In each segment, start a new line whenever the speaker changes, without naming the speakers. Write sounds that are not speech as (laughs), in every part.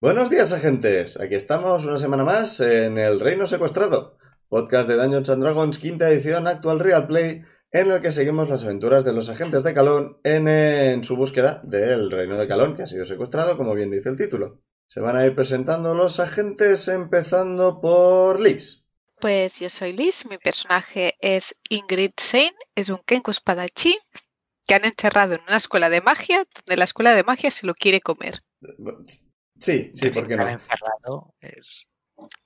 Buenos días, agentes. Aquí estamos una semana más en El Reino Secuestrado, podcast de Dungeons and Dragons, quinta edición actual Real Play, en el que seguimos las aventuras de los agentes de Calón en, en su búsqueda del Reino de Calón, que ha sido secuestrado, como bien dice el título. Se van a ir presentando los agentes, empezando por Liz.
Pues yo soy Liz, mi personaje es Ingrid Sein, es un Kenku espadachí que han encerrado en una escuela de magia, donde la escuela de magia se lo quiere comer.
Sí, sí,
Decir
¿por qué
estar
no?
encerrado es...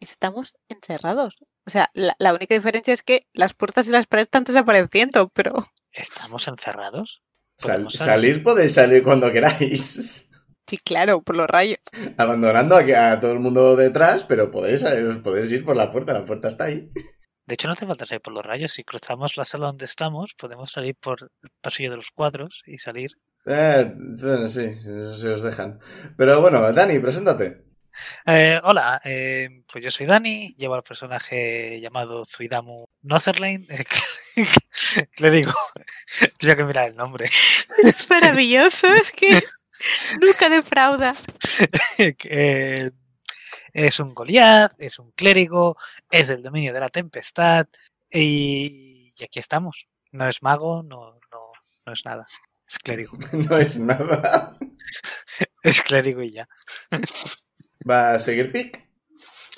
Estamos encerrados. O sea, la, la única diferencia es que las puertas y las paredes están desapareciendo, pero (laughs)
¿Estamos encerrados?
Sal-
Podemos
salir podéis salir cuando queráis, (laughs)
sí, claro, por los rayos.
abandonando a, que- a todo el mundo detrás, pero podéis salir, os podéis ir por la puerta, la puerta está ahí.
De hecho, no hace falta salir por los rayos. Si cruzamos la sala donde estamos, podemos salir por el pasillo de los cuadros y salir.
Eh, bueno, sí, si os dejan. Pero bueno, Dani, preséntate. (laughs)
Eh, hola, eh, pues yo soy Dani, llevo al personaje llamado Zuidamu Notherlane. eh, (laughs) que- que Le digo, (laughs) tenía que mirar el nombre. (laughs)
Es maravilloso, es (laughs) que nunca defrauda.
que eh, es un Goliath, es un clérigo, es del dominio de la tempestad y, y aquí estamos. No es mago, no, no, no es nada. Es clérigo. (laughs)
No es nada.
Es clérigo y ya.
Va a seguir Pic.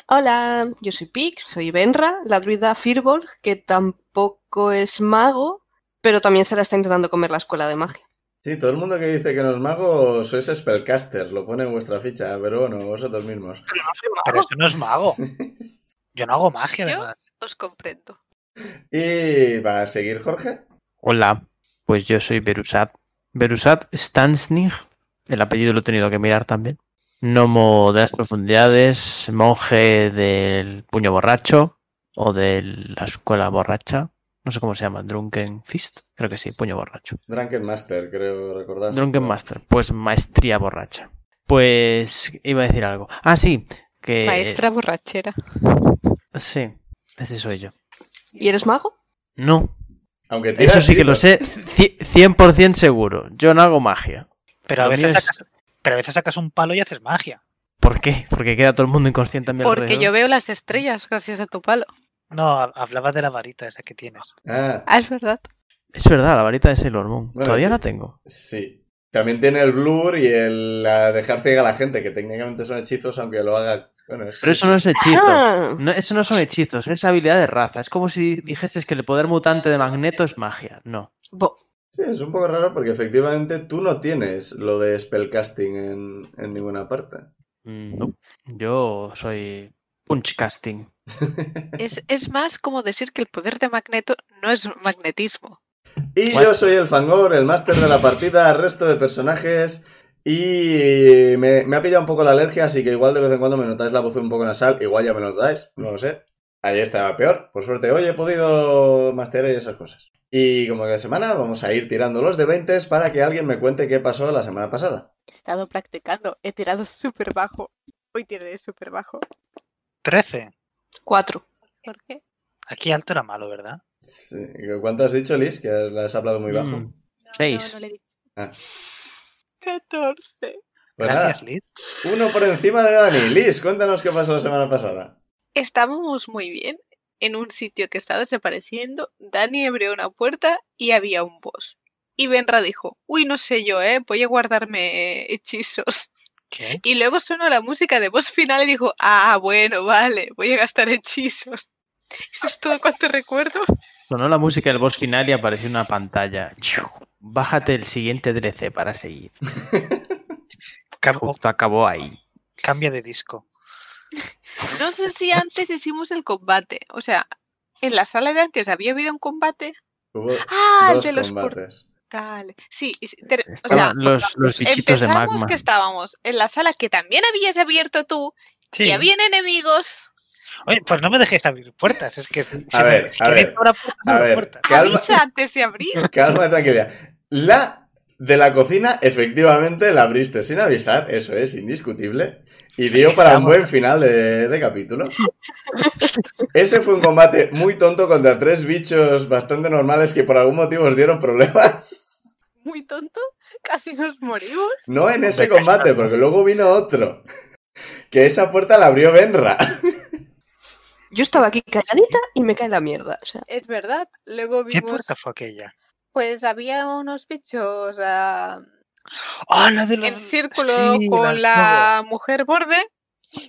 Hola, yo soy Pic, soy Benra, la druida Firbolg, que tampoco es mago, pero también se la está intentando comer la escuela de magia.
Sí, todo el mundo que dice que no es mago sois spellcasters, lo pone en vuestra ficha, pero bueno, vosotros mismos. (laughs)
Pero no soy
Pero eso no es mago. Yo no hago magia,
¿Yo?
además.
Os comprendo.
Y va a seguir Jorge.
Hola, pues yo soy Berusat. Berusat Stansnig, el apellido lo he tenido que mirar también. Gnomo de las profundidades, monje del puño borracho o de la escuela borracha. No sé cómo se llama, Drunken Fist. Creo que sí, puño borracho.
Drunken Master, creo recordar.
Drunken Master, pues maestría borracha. Pues iba a decir algo. Ah, sí,
Eh,
que.
Maestra borrachera.
Sí, ese soy yo.
¿Y eres mago?
No,
Aunque tira
eso sí que lo
hechizos.
sé cie- 100% seguro. Yo no hago magia.
Pero a,
Lo mío
veces
es-
sacas, pero a veces sacas un palo y haces magia.
¿Por qué? Porque queda todo el mundo inconsciente a mi
Porque
alrededor.
yo veo las estrellas gracias a tu palo.
No, ha- hablabas de la varita esa que tienes.
Ah,
Ah, es verdad.
Es verdad, la varita de Sailor Moon.
Bueno,
Todavía
sí.
la tengo.
sí. También tiene el blur y el la dejar ciega a la gente, que técnicamente son hechizos, aunque lo haga. Bueno,
Pero eso no es hechizo.
Ah,
No, eso no son hechizos, es habilidad de raza. Es como si dijeses que el poder mutante de Magneto es magia. No.
bo-
Sí, es un poco raro porque efectivamente tú no tienes lo de spellcasting en, en ninguna parte.
Mm, No. Yo soy punch casting.
Es, es más como decir que el poder de Magneto no es magnetismo.
Y
What?
yo soy el Fangor, el máster de la partida, resto de personajes. Y me, me ha pillado un poco la alergia, así que igual de vez en cuando me notáis la voz un poco nasal, igual ya me lo notáis, no lo sé. Ayer estaba peor, por suerte hoy he podido masterar y esas cosas. Y como cada semana vamos a ir tirando los de 20 para que alguien me cuente qué pasó la semana pasada.
He estado practicando, he tirado súper bajo. Hoy tiraré súper bajo.
13.
cuatro.
¿Por qué?
Aquí alto era malo, ¿verdad?
Sí, ¿Cuánto has dicho, Liz? Que has- la has hablado muy bajo.
Mm. Seis.
le he dicho.
Ah.
14.
Pues nada,
Gracias, Liz.
uno por encima de Dani. Liz, cuéntanos qué pasó la semana pasada.
Estábamos muy bien en un sitio que estaba desapareciendo. Dani abrió una puerta y había un boss. Y Benra dijo, uy, no sé yo, ¿eh? voy a guardarme hechizos.
¿Qué?
Y luego sonó la música de voz final y dijo, ah, bueno, vale, voy a gastar hechizos. (laughs) Eso es todo cuanto recuerdo.
Sonó la música del boss final y apareció una pantalla. Chiu. Bájate el siguiente DLC para seguir.
Cam- o
Justo acabó ahí.
cambia de disco.
No sé si antes hicimos el combate. O sea, en la sala de antes había habido un combate.
Hubo
Ah, el
dos
de los, por-
combates.
Dale. Sí, y si- ter- o sea,
Estaban los, los bichitos de
empezamos
magma.
que estábamos en la sala que también habías abierto tú
Sí.
y habían enemigos.
Oye, pues no me dejéis abrir puertas. Es que. se
ver,
me-
a
que
ver,
abrir ahora puertas,
a
abro
ver.
puertas.
Calma.
Avisa antes de abrir. (laughs)
Calma y tranquilidad. La de la cocina, efectivamente, la abriste sin avisar, eso es indiscutible. Y dio para un buen final de, de capítulo. Ese fue un combate muy tonto contra tres bichos bastante normales que por algún motivo os dieron problemas. (laughs)
Muy tonto. Casi nos morimos.
No en ese combate, porque luego vino otro. Que esa puerta la abrió Benra. (laughs)
Yo estaba aquí calladita y me cae la mierda. O sea,
Es verdad. Luego
¿Qué
vimos.
puerta fue aquella?
Pues había unos bichos ah,
Ah, la de los.
en círculo
sí, las
con la mujer borde.
de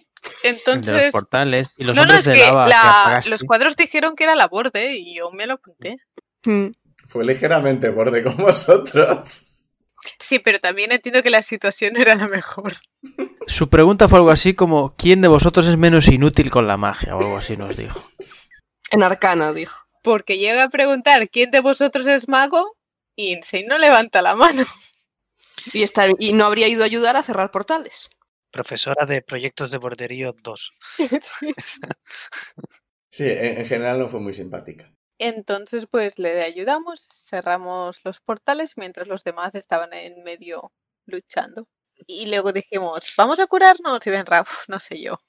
los
Entonces.
portales y los
No, no,
hombres
es
de
que
lava que
la-
apagaste.
los cuadros dijeron que era la borde y yo me lo apunté.
mm,
Fue ligeramente borde con vosotros.
Sí, pero también entiendo que la situación (laughs) era la mejor.
Su pregunta fue algo así como ¿Quién de vosotros es menos inútil con la magia? o algo así nos dijo.
en arcana, dijo.
Porque llega a preguntar quién de vosotros es mago y Insane no levanta la mano.
Y, está, y no habría ido a ayudar a cerrar portales.
Profesora de proyectos de borderío 2.
Sí, en, en general no fue muy simpática.
Entonces, pues le ayudamos, cerramos los portales mientras los demás estaban en medio luchando. Y luego dijimos, vamos a curarnos y ven Raf, no sé yo.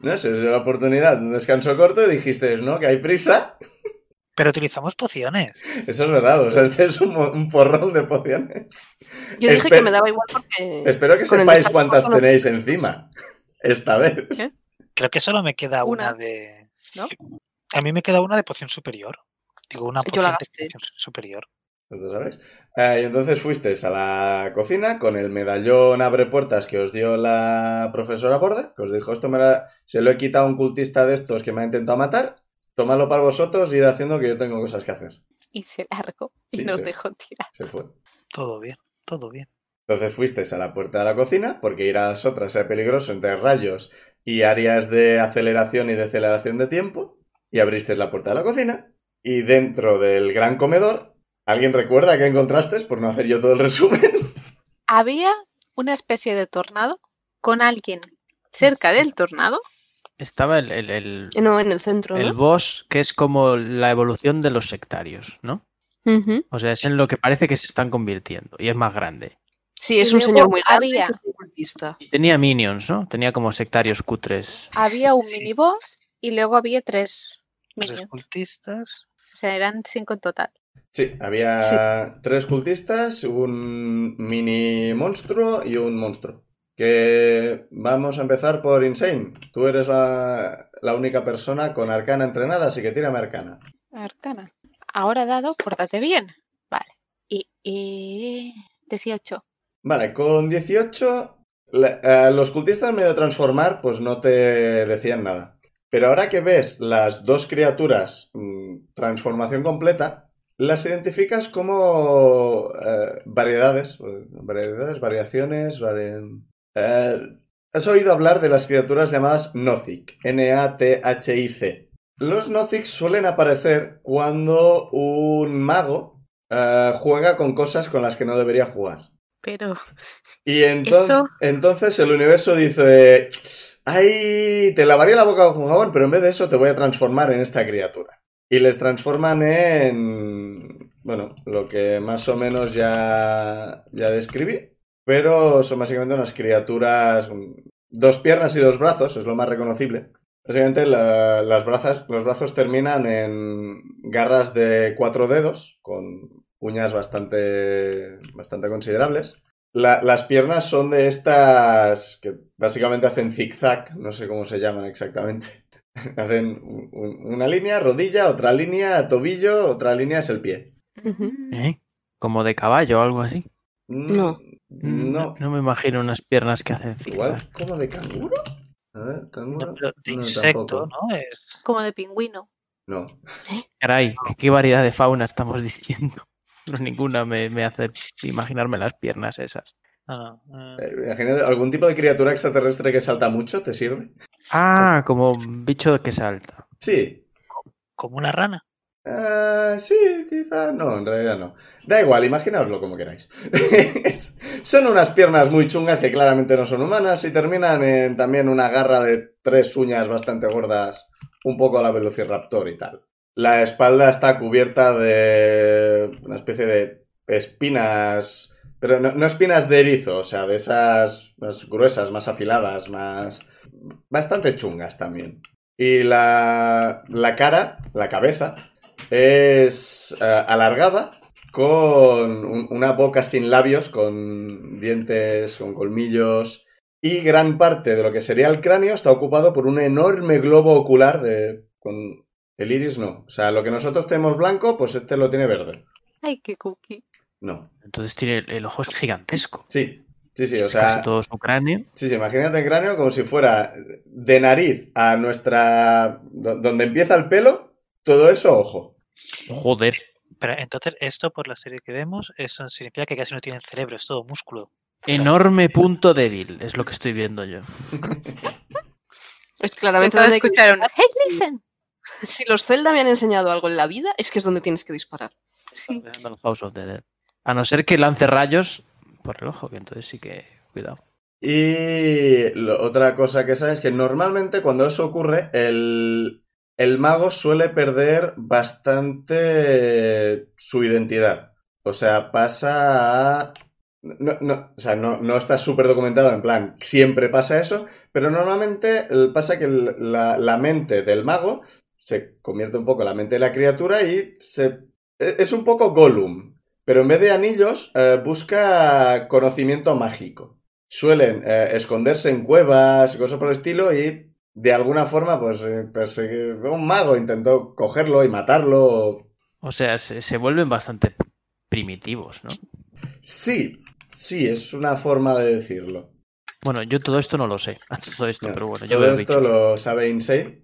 No sé, es la oportunidad. Un descanso corto y dijiste, ¿no? Que hay prisa.
Pero utilizamos pociones.
Eso es verdad, o sea, este es un, mo- un porrón de pociones.
Yo dije
Espe-
que me daba igual porque.
Espero que
con el
sepáis
descanso
cuántas
corto no-
tenéis encima. Esta vez.
Creo que solo me queda una,
Una,
de.
¿no?
A mí me queda una de poción superior. Digo, una
Yo la
poción de
gasté.
poción su- superior.
¿Lo sabéis? Eh, y entonces fuisteis a la cocina con el medallón abre puertas que os dio la profesora Borda, que os dijo, esto me la- se lo he quitado a un cultista de estos que me ha intentado matar. Tomadlo para vosotros y id haciendo que yo tengo cosas que hacer.
Y se largo y
Sí,
nos
pero-
dejó tirar.
Se fue.
Todo bien, todo bien.
Entonces fuisteis a la puerta de la cocina, porque ir a las otras era peligroso entre rayos y áreas de aceleración y deceleración de tiempo, y abristeis la puerta de la cocina, y dentro del gran comedor, ¿alguien recuerda qué encontrasteis? Por no hacer yo todo el resumen. (laughs)
Había una especie de tornado con alguien cerca del tornado.
Estaba el, el, el,
eh, No, en el centro.
el
¿no?
boss, que es como la evolución de los sectarios, ¿no?
Ujú.
O sea, es en lo que parece que se están convirtiendo y es más grande.
Sí, es
Y
un
luego
señor muy grande.
había-
que es un cultista.
Y tenía minions, ¿no? Tenía como sectarios cutres.
Había un
Sí.
miniboss y luego había tres
Tres
minions.
cultistas.
O sea, eran cinco en total.
Sí, había
Sí.
tres cultistas, un mini monstruo y un monstruo. Que vamos a empezar por Insane. Tú eres la, la única persona con arcana entrenada, así que tírame arcana.
Arcana. Ahora dado, pórtate bien. Vale. Y, y 18.
Vale, con 18, la- eh, los cultistas medio transformar, pues no te decían nada. Pero ahora que ves las dos criaturas mm, transformación completa, las identificas como eh, variedades, eh, variedades, variaciones, vari- eh, has oído hablar de las criaturas llamadas Nothic, N-A-T-H-I-C. Los Nothic suelen aparecer cuando un mago eh, juega con cosas con las que no debería jugar.
Pero
Y enton-
Eso.
entonces el universo dice, ay, te lavaría la boca con jabón, pero en vez de eso te voy a transformar en esta criatura. Y les transforman en, bueno, lo que más o menos ya, ya describí, pero son básicamente unas criaturas, mm, dos piernas y dos brazos, es lo más reconocible. Básicamente la- las brazas, los brazos terminan en garras de cuatro dedos, con uñas bastante, bastante considerables. La- las piernas son de estas que básicamente hacen zigzag, no sé cómo se llaman exactamente. (laughs) hacen un- un- una línea, rodilla, otra línea, tobillo, otra línea es el pie.
Ujú.
¿eh? Como de caballo o algo así.
Mm,
No.
No.
No me imagino unas piernas que hacen zigzag.
Igual, como de canguro. A ver,
No,
canguro.
pero de
No,
insecto,
tampoco.
¿no? Es...
como de pingüino.
No.
Caray, qué variedad de fauna estamos diciendo. (laughs) No, ninguna me, me hace imaginarme las piernas esas.
No, no, eh,
Eh, imagínate, ¿Algún tipo de criatura extraterrestre que salta mucho te sirve?
Ah, como un bicho que salta.
Sí.
como una rana.
Ah, sí, quizá. No, en realidad no. Da igual, imaginaoslo como queráis. (laughs) Es- son unas piernas muy chungas que claramente no son humanas y terminan en también una garra de tres uñas bastante gordas, un poco a la velociraptor y tal. La espalda está cubierta de una especie de espinas, pero no, no espinas de erizo, o sea, de esas más gruesas, más afiladas, más... bastante chungas también. Y la, la cara, la cabeza, es eh, alargada, con un- una boca sin labios, con dientes, con colmillos. Y gran parte de lo que sería el cráneo está ocupado por un enorme globo ocular de. con. El iris no. O sea, lo que nosotros tenemos blanco, pues este lo tiene verde.
Ay, qué cookie.
No.
Entonces tiene el, el ojo es gigantesco.
Sí. Sí, sí, o
Es
sea.
Casi todo su cráneo.
Sí, sí, imagínate el cráneo como si fuera de nariz a nuestra. do- donde empieza el pelo, todo eso ojo.
Joder.
Pero entonces, esto por la serie que vemos, eso significa que casi no tienen cerebro, es todo músculo.
Enorme punto débil, es lo que estoy viendo yo.
Es
Me
claramente donde hay que
escucharon.
disparar.
Hey, listen.
Si los Zelda me han enseñado algo en la vida, es que es donde tienes que disparar.
Sí.
House of the Dead. A no ser que lance rayos por el ojo, que entonces sí que. Cuidado.
Y lo- otra cosa que sabes es que normalmente cuando eso ocurre, el, el mago suele perder bastante su identidad. O sea, pasa a... No, no, o sea, no, no está súper documentado, en plan, siempre pasa eso, pero normalmente eh, pasa que el- la, la mente del mago se convierte un poco en la mente de la criatura y se... e- Es un poco Gollum, pero en vez de anillos eh, busca conocimiento mágico suelen eh, esconderse en cuevas, cosas por el estilo, y de alguna forma, pues, eh, perseguir- un mago intentó cogerlo y matarlo. o-
O sea, se, se vuelven bastante primitivos, ¿no?
Sí, sí, es una forma de decirlo.
Bueno, yo todo esto no lo sé. (laughs) Todo esto,
Ya,
pero bueno, yo
Todo
veo
esto
bichos.
lo sabe Insane.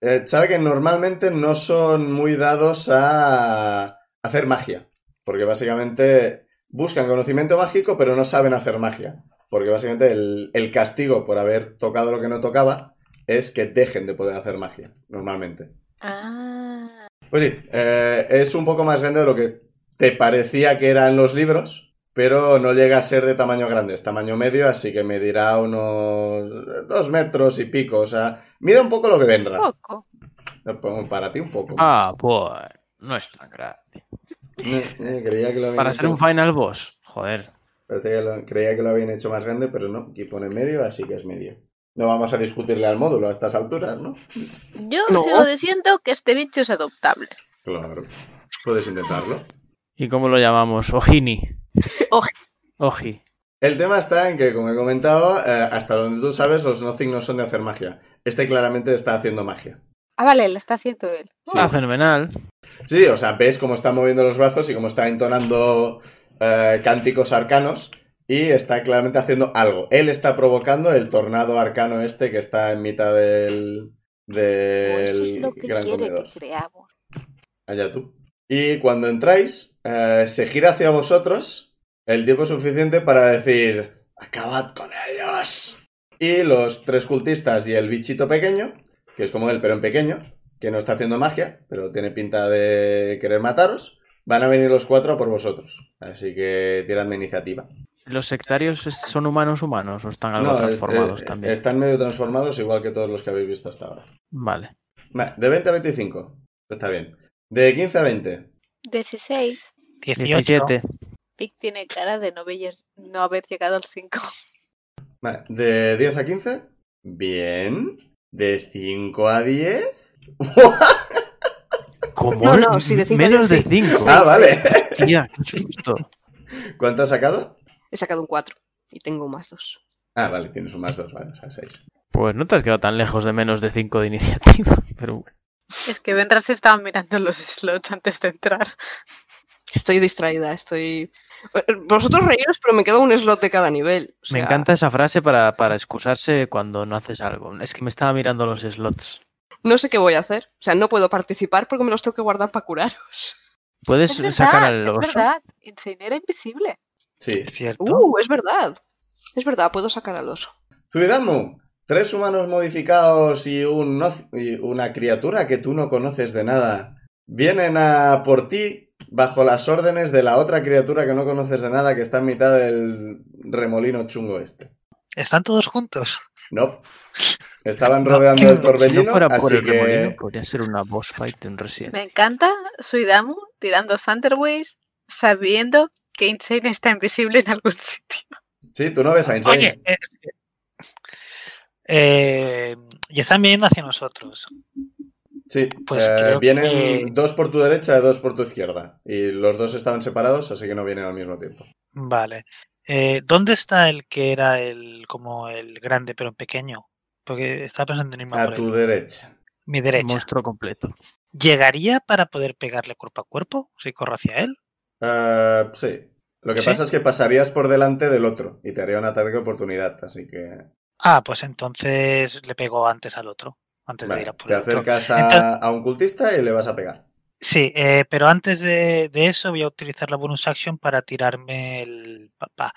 Eh, sabe que normalmente no son muy dados a hacer magia, porque básicamente buscan conocimiento mágico, pero no saben hacer magia. Porque básicamente el, el castigo por haber tocado lo que no tocaba es que dejen de poder hacer magia, normalmente.
Ah.
Pues sí, eh, es un poco más grande de lo que te parecía que eran los libros, pero no llega a ser de tamaño grande, es tamaño medio, así que medirá unos dos metros y pico, o sea, mide un poco lo que vendrá.
Ah,
pues,
Poco.
Para ti un poco.
Ah, pues. No es tan grande.
más. (laughs) Eh, creía que lo habían
Para
hecho-
ser un final boss, joder.
Parece que lo- creía que lo habían hecho más grande, pero no, aquí pone medio, así que es medio. No vamos a discutirle al módulo a estas alturas, ¿no?
Yo
No.
sigo diciendo que este bicho es adoptable.
Claro. Puedes intentarlo.
¿Y cómo lo llamamos? Ojini.
Oji.
Oji.
El tema está en que, como he comentado, eh, hasta donde tú sabes, los Nothing no son de hacer magia. Este claramente está haciendo magia.
Ah, vale, lo está haciendo él.
Sí,
Ah, fenomenal.
Sí, o sea, ves cómo está moviendo los brazos y cómo está entonando eh, cánticos arcanos y está claramente haciendo algo. Él está provocando el tornado arcano este que está en mitad del,
O Pues eso es
del
lo que
gran
quiere
comedor.
que creamos.
Allá Ah, tú. Y cuando entráis, eh, se gira hacia vosotros el tiempo suficiente para decir, acabad con ellos. Y los tres cultistas y el bichito pequeño, que es como él, pero en pequeño, que no está haciendo magia, pero tiene pinta de querer mataros, van a venir los cuatro a por vosotros. Así que tiradme iniciativa.
¿Los sectarios es- son humanos humanos o están algo
No, es-
transformados
eh,
también?
Están medio transformados, igual que todos los que habéis visto hasta ahora.
Vale.
Vale, de 20 a 25. Está bien. De 15 a 20.
16.
18.
17.
Pic tiene cara de no, haber- no haber llegado al 5.
Vale, de 10 a 15. Bien. De 5 a 10.
¿Cómo?
No, no, sí, de cinco
Menos
años,
de 5.
Sí,
ah, vale. (laughs)
Hostia, qué susto.
¿Cuánto has sacado?
He sacado un 4 y tengo más 2.
Ah, vale, tienes un más 2, vale, o sea, 6.
Pues no te has quedado tan lejos de menos de 5 de iniciativa. (laughs) Pero bueno.
(laughs) Es que Benra se estaba mirando los slots antes de entrar.
Estoy distraída, estoy... Vosotros reíros, pero me queda un slot de cada nivel. o
me
sea,
encanta esa frase para, para excusarse cuando no haces algo. Es que me estaba mirando los slots.
No sé qué voy a hacer. O sea, no puedo participar porque me los tengo que guardar para curaros.
¿Puedes
Es verdad,
sacar al
es
oso?
verdad. Insane era invisible.
Sí.
Es cierto.
Uh, es verdad. Es verdad, puedo sacar al oso.
Zuidamu, tres humanos modificados y, un noz- y una criatura que tú no conoces de nada Vienen a por ti bajo las órdenes de la otra criatura que no conoces de nada que está en mitad del remolino chungo este.
Están todos juntos.
No. Estaban
No,
rodeando
que
el
no,
Si
torbellino,
no fuera por
así
el remolino,
que
podría ser una boss fight en Resident.
Me encanta Suidamu tirando Thunderwaves sabiendo que Insane está invisible en algún (laughs) sitio.
sí, tú no ves a Insane.
Oye, es- eh, y están viniendo hacia nosotros.
sí,
pues
eh,
creo
vienen
que-
dos por tu derecha y dos por tu izquierda. Y los dos estaban separados, así que no vienen al mismo tiempo.
Vale. Eh, ¿Dónde está el que era el como el grande pero pequeño? Porque estaba pensando en irme a
A
por
tu
él.
derecha.
mi derecha.
Monstruo completo.
¿Llegaría para poder pegarle cuerpo a cuerpo si corro hacia él?
Ah, sí. Lo que
¿Sí?
pasa es que pasarías por delante del otro y te haría un ataque de oportunidad, así que
Ah, pues entonces le pego antes al otro, antes
vale,
de ir a por
te
el otro.
acercas a,
Entonces-
a un cultista y le vas a pegar.
Sí, eh, pero antes de, de eso voy a utilizar la bonus action para tirarme el papá.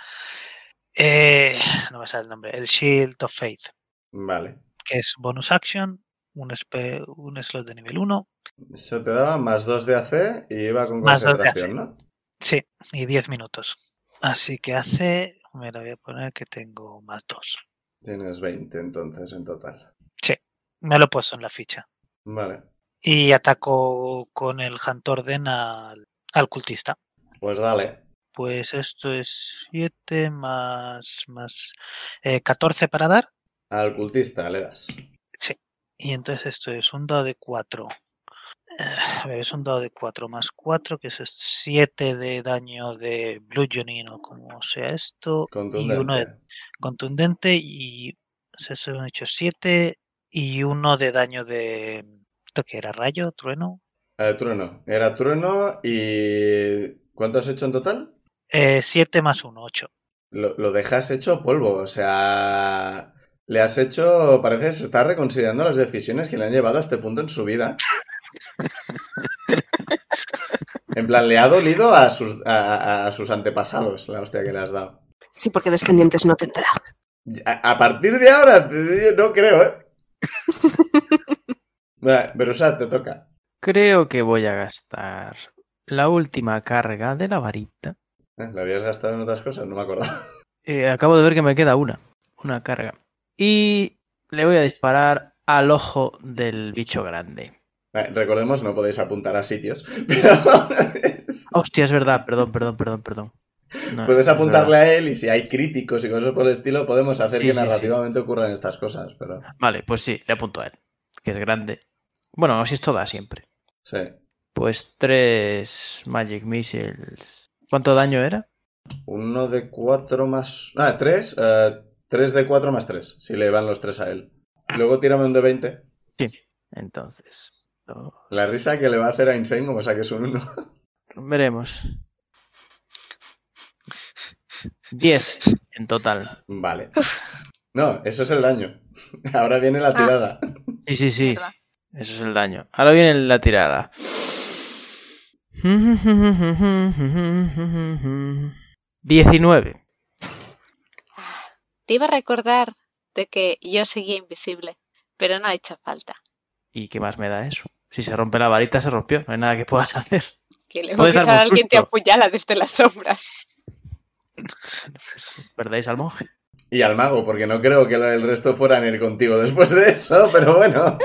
Eh, (sighs) no me sale el nombre, el Shield of Faith,
Vale.
que es bonus action, un, espe- un slot de nivel 1,
Eso te daba más 2 de AC y iba con
Más dos de
concentración, ¿no?
sí, y 10 minutos. Así que hace, me lo voy a poner que tengo más 2.
Tienes 20 entonces en total.
Me lo he puesto en la ficha.
Vale.
Y ataco con el Hantorden al, al cultista.
Pues dale.
Pues esto es 7 más, más eh, 14 para dar.
Al cultista le das.
Y entonces esto es un dado de 4. A ver, es un dado de 4 más 4, que es 7 de daño de bludgeoning o como sea esto. Y uno de
Contundente.
contundente y se se han hecho 7 y uno de daño de... ¿Esto qué era? ¿Rayo? ¿Trueno?
Eh, trueno. Era trueno y... ¿Cuánto has hecho en total?
7 eh, más 1, 8.
Lo, lo dejas hecho polvo, o sea... Le has hecho... Parece que se está reconsiderando las decisiones que le han llevado a este punto en su vida. En plan, le ha dolido a sus, a- a- a sus antepasados la hostia que le has dado.
Sí, porque descendientes no tendrá.
A, a partir de ahora, eh, no creo, ¿eh? Vale, Berusat, te toca.
Creo que voy a gastar la última carga de la varita.
Eh, ¿La habías gastado en otras cosas? No me acuerdo.
Eh, acabo de ver que me queda una. Una carga. Y le voy a disparar al ojo del bicho grande.
Vale, Eh, recordemos, no podéis apuntar a sitios, (laughs) pero...
Hostia, es verdad. Perdón, perdón, perdón, perdón. No,
Puedes
es
apuntarle
verdad.
a él y si hay críticos y cosas por el estilo, podemos hacer
Sí,
que
sí, sí.
narrativamente ocurran estas cosas, pero...
Vale, pues sí, le apunto a él. Que es grande. Bueno, así es toda siempre.
Sí.
Pues tres Magic Missiles. ¿Cuánto daño era?
Uno de cuatro más... Ah, tres. eh, tres de cuatro más tres, si le van los tres a él. Luego tírame un de 20.
Entonces. dos.
La risa que le va a hacer a Insane como saques un uno. (laughs)
Veremos. 10 en total.
Vale. No, eso es el daño. (laughs) Ahora viene la tirada.
Sí, sí, sí.
Ah,
Eso es el daño. Ahora viene la tirada. Diecinueve.
Te iba a recordar de que yo seguía invisible, pero no ha hecho falta.
¿Y qué más me da eso? Si se rompe la varita, se rompió. No hay nada que puedas (laughs) hacer.
Que luego
Puedes
quizá
darme un
alguien te
susto.
apuñala desde las sombras.
Perdéis al monje.
Y al mago, porque no creo que el resto fueran a ir contigo después de eso, pero bueno.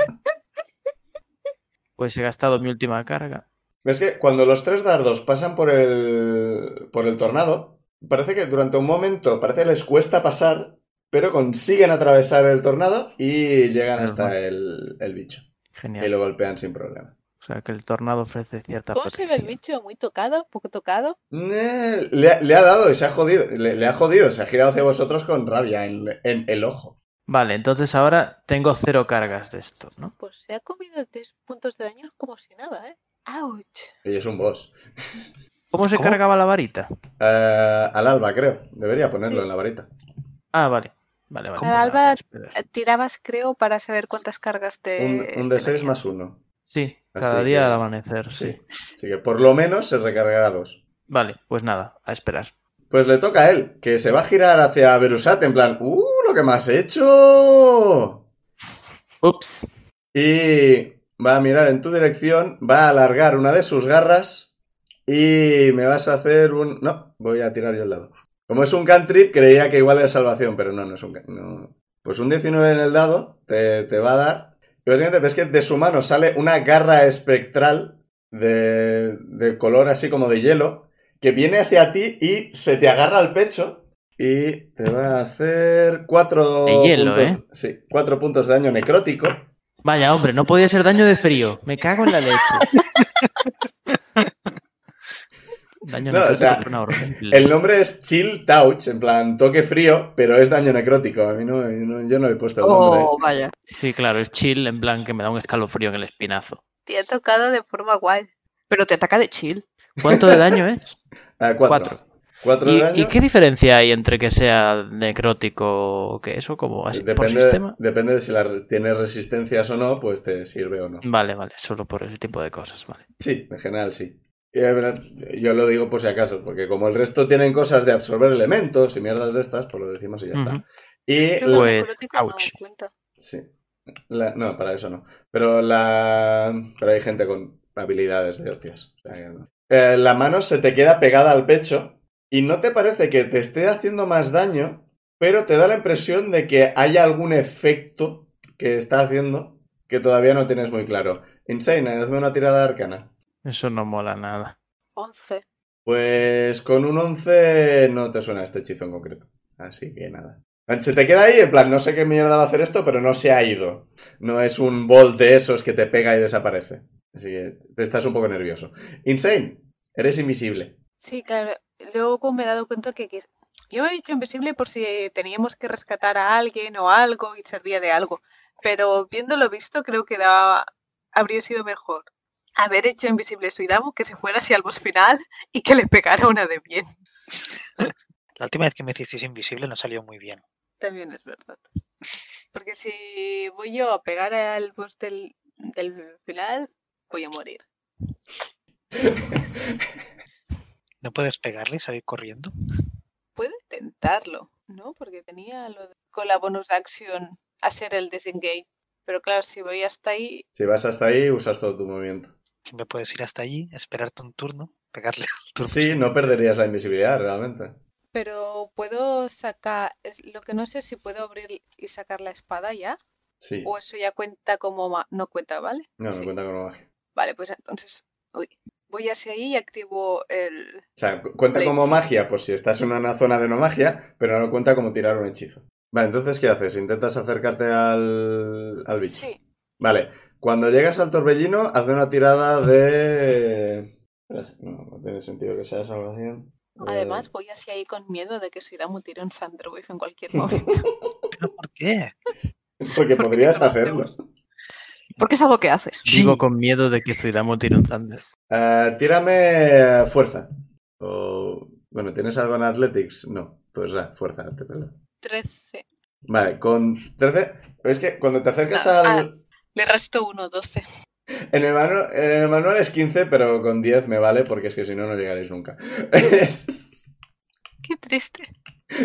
Pues he gastado mi última carga.
Es que cuando los tres dardos pasan por el, por el tornado, parece que durante un momento parece que les cuesta pasar, pero consiguen atravesar el tornado y llegan
Menos mal.
hasta el, el bicho. Y
Genial.
lo golpean sin problema.
O sea que el tornado ofrece cierta
¿Cómo se ve el
protección.
bicho? ¿Muy tocado? ¿Poco tocado?
Eh, Le, ha- le ha dado y se ha jodido. Le, le ha jodido, se ha girado hacia vosotros con rabia en, en el ojo.
Vale, entonces ahora tengo cero cargas de esto, ¿no?
Pues se ha comido tres puntos de daño como si nada, ¿eh? ¡Auch!
Y es un boss.
¿Cómo se
¿Cómo?
cargaba la varita?
Eh, al alba, creo. Debería ponerlo
Sí.
en la varita.
Ah, vale. Vale, vale.
Al
nada,
alba-
espera.
Eh, Tirabas, creo, para saber cuántas cargas
Un,
te.
un
te
de 6
dañan.
más 1.
Sí,
Así
cada día
que-
al amanecer, Pues sí.
Sí. Así que por lo menos se recargará dos.
Vale, pues nada, a esperar.
Pues le toca a él, que se va a girar hacia Berusat en plan, ¡Uh, lo que me has hecho!
Ups.
Y va a mirar en tu dirección, va a alargar una de sus garras y me vas a hacer un... No, voy a tirar yo el dado. Como es un cantrip, creía que igual era salvación, pero no, no es un... can- No. Pues un 19 en el dado te, te va a dar. Y básicamente ves que de su mano sale una garra espectral de, de color así como de hielo que viene hacia ti y se te agarra al pecho y te va a hacer cuatro
De hielo,
puntos,
¿eh?
sí, cuatro puntos de daño necrótico.
Vaya, hombre, no podía ser daño de frío. Me cago en la leche.
(laughs)
daño
No,
no,
o sea,
Mm.
El nombre es Chill Touch, en plan toque frío, pero es daño necrótico. A mí no, no- yo no le he puesto el nombre.
Oh, vaya.
Sí, claro, es chill, en plan que me da un escalofrío en el espinazo.
Te ha tocado de forma guay.
Pero te ataca de chill.
¿Cuánto de daño es?
Ah, cuatro.
Cuatro.
Cuatro de
¿Y,
daño.
y qué diferencia hay entre que sea necrótico o que eso, como así, por
Depende,
sistema?
depende de si la re- tienes resistencias o no, pues te sirve o no.
Vale, vale, solo por ese tipo de cosas, vale.
Sí, en general sí. Y, eh, verdad, Yo lo digo por si acaso, porque como el resto tienen cosas de absorber elementos y mierdas de estas, pues lo decimos y ya
Ujú.
está. Y
Creo que
Pues,
el necrótico no
ouch.
cuenta.
Sí. La- no, para eso no. Pero la. Pero hay gente con habilidades de hostias. O sea, que no. Eh, la mano se te queda pegada al pecho y no te parece que te esté haciendo más daño, pero te da la impresión de que hay algún efecto que está haciendo que todavía no tienes muy claro. Insane, ¿eh? hazme una tirada arcana.
Eso no mola nada.
11.
Pues con un 11 no te suena este hechizo en concreto. Así que nada. Se te queda ahí, en plan, no sé qué mierda va a hacer esto, pero no se ha ido. No es un bolt de esos que te pega y desaparece. Así que te estás un poco nervioso. Insane, eres invisible.
Sí, claro. Luego me he dado cuenta que, que- yo me he dicho invisible por si teníamos que rescatar a alguien o algo y servía de algo. Pero viéndolo visto, creo que daba- habría sido mejor haber hecho invisible a Suidamu, que se fuera hacia el boss final y que le pegara una de bien.
La última vez que me hicisteis invisible no salió muy bien.
También es verdad. Porque si voy yo a pegar al boss del, del final, voy a morir.
¿No puedes pegarle y salir corriendo?
Puedo intentarlo, ¿no? Porque tenía lo de- con la bonus action hacer el disengage. Pero claro, si voy hasta ahí,
Si vas hasta ahí, usas todo tu movimiento.
Siempre puedes ir hasta allí, esperarte un turno, pegarle (laughs) al turno.
Sí, no perderías la invisibilidad realmente.
pero puedo sacar, es lo que no sé si puedo abrir y sacar la espada ya,
Sí,
o eso ya cuenta como ma- no cuenta, ¿vale?
no, no
Sí.
cuenta con magia.
Vale, pues entonces, uy, voy hacia ahí y activo el
O sea, cu- cuenta
Blades.
como magia, pues si estás en una zona de no magia, pero no cuenta como tirar un hechizo. Vale, entonces, ¿qué haces? ¿Intentas acercarte al, al bicho?
sí,
Vale, cuando llegas al torbellino, hazme una tirada de. Espera, No, no tiene sentido que sea salvación.
además
Eh,
voy hacia ahí con miedo de que soy Damu tire un Sandrowave en (laughs) cualquier momento.
¿Pero por qué?
Eh, Porque
porque
podrías
capaz de
hacerlo.
Porque es algo que haces.
Digo
Sí.
con miedo de que Zuidamo tire un thunder.
Eh, tírame eh, fuerza. O- Bueno, ¿tienes algo en Athletics? No. Pues da, fuerza, te pelo.
13.
Vale, con 13. Pero es que cuando te acercas
Ah,
al.
Le resto uno, 12.
En el, manu- en el manual es 15, pero con 10 me vale, porque es que si no, no llegaréis nunca.
(laughs)
(laughs)
Qué triste.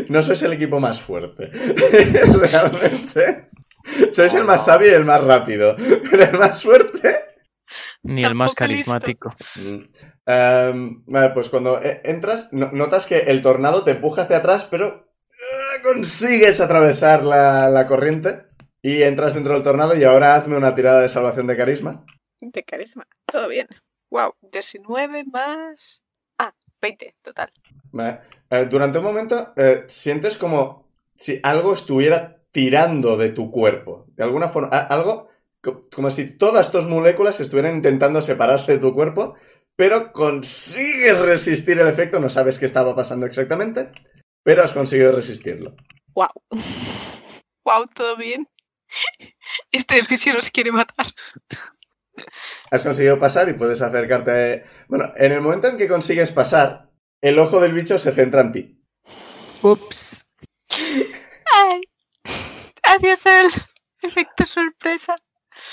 No sois el equipo más fuerte. (laughs) Realmente. Sois el más sabio y el más rápido. Pero el más fuerte.
Ni el más
Tampoco listo.
carismático.
Mm. Em, vale, pues cuando eh, entras, no- notas que el tornado te empuja hacia atrás, pero eh, consigues atravesar la, la corriente. Y entras dentro del tornado y ahora hazme una tirada de salvación de carisma.
De carisma. Todo bien. Wow. 19 más. Ah, 20 total.
Vale. Eh, durante un momento eh, sientes como si algo estuviera tirando de tu cuerpo. De alguna forma, a- algo co- como si todas tus moléculas estuvieran intentando separarse de tu cuerpo, pero consigues resistir el efecto. No sabes qué estaba pasando exactamente, pero has conseguido resistirlo.
Wow. Wow, todo bien. (laughs) Este edificio nos quiere matar.
Has conseguido pasar y puedes acercarte. Bueno, en el momento en que consigues pasar, el ojo del bicho se centra en ti.
Ups.
Ay. Adiós al efecto sorpresa.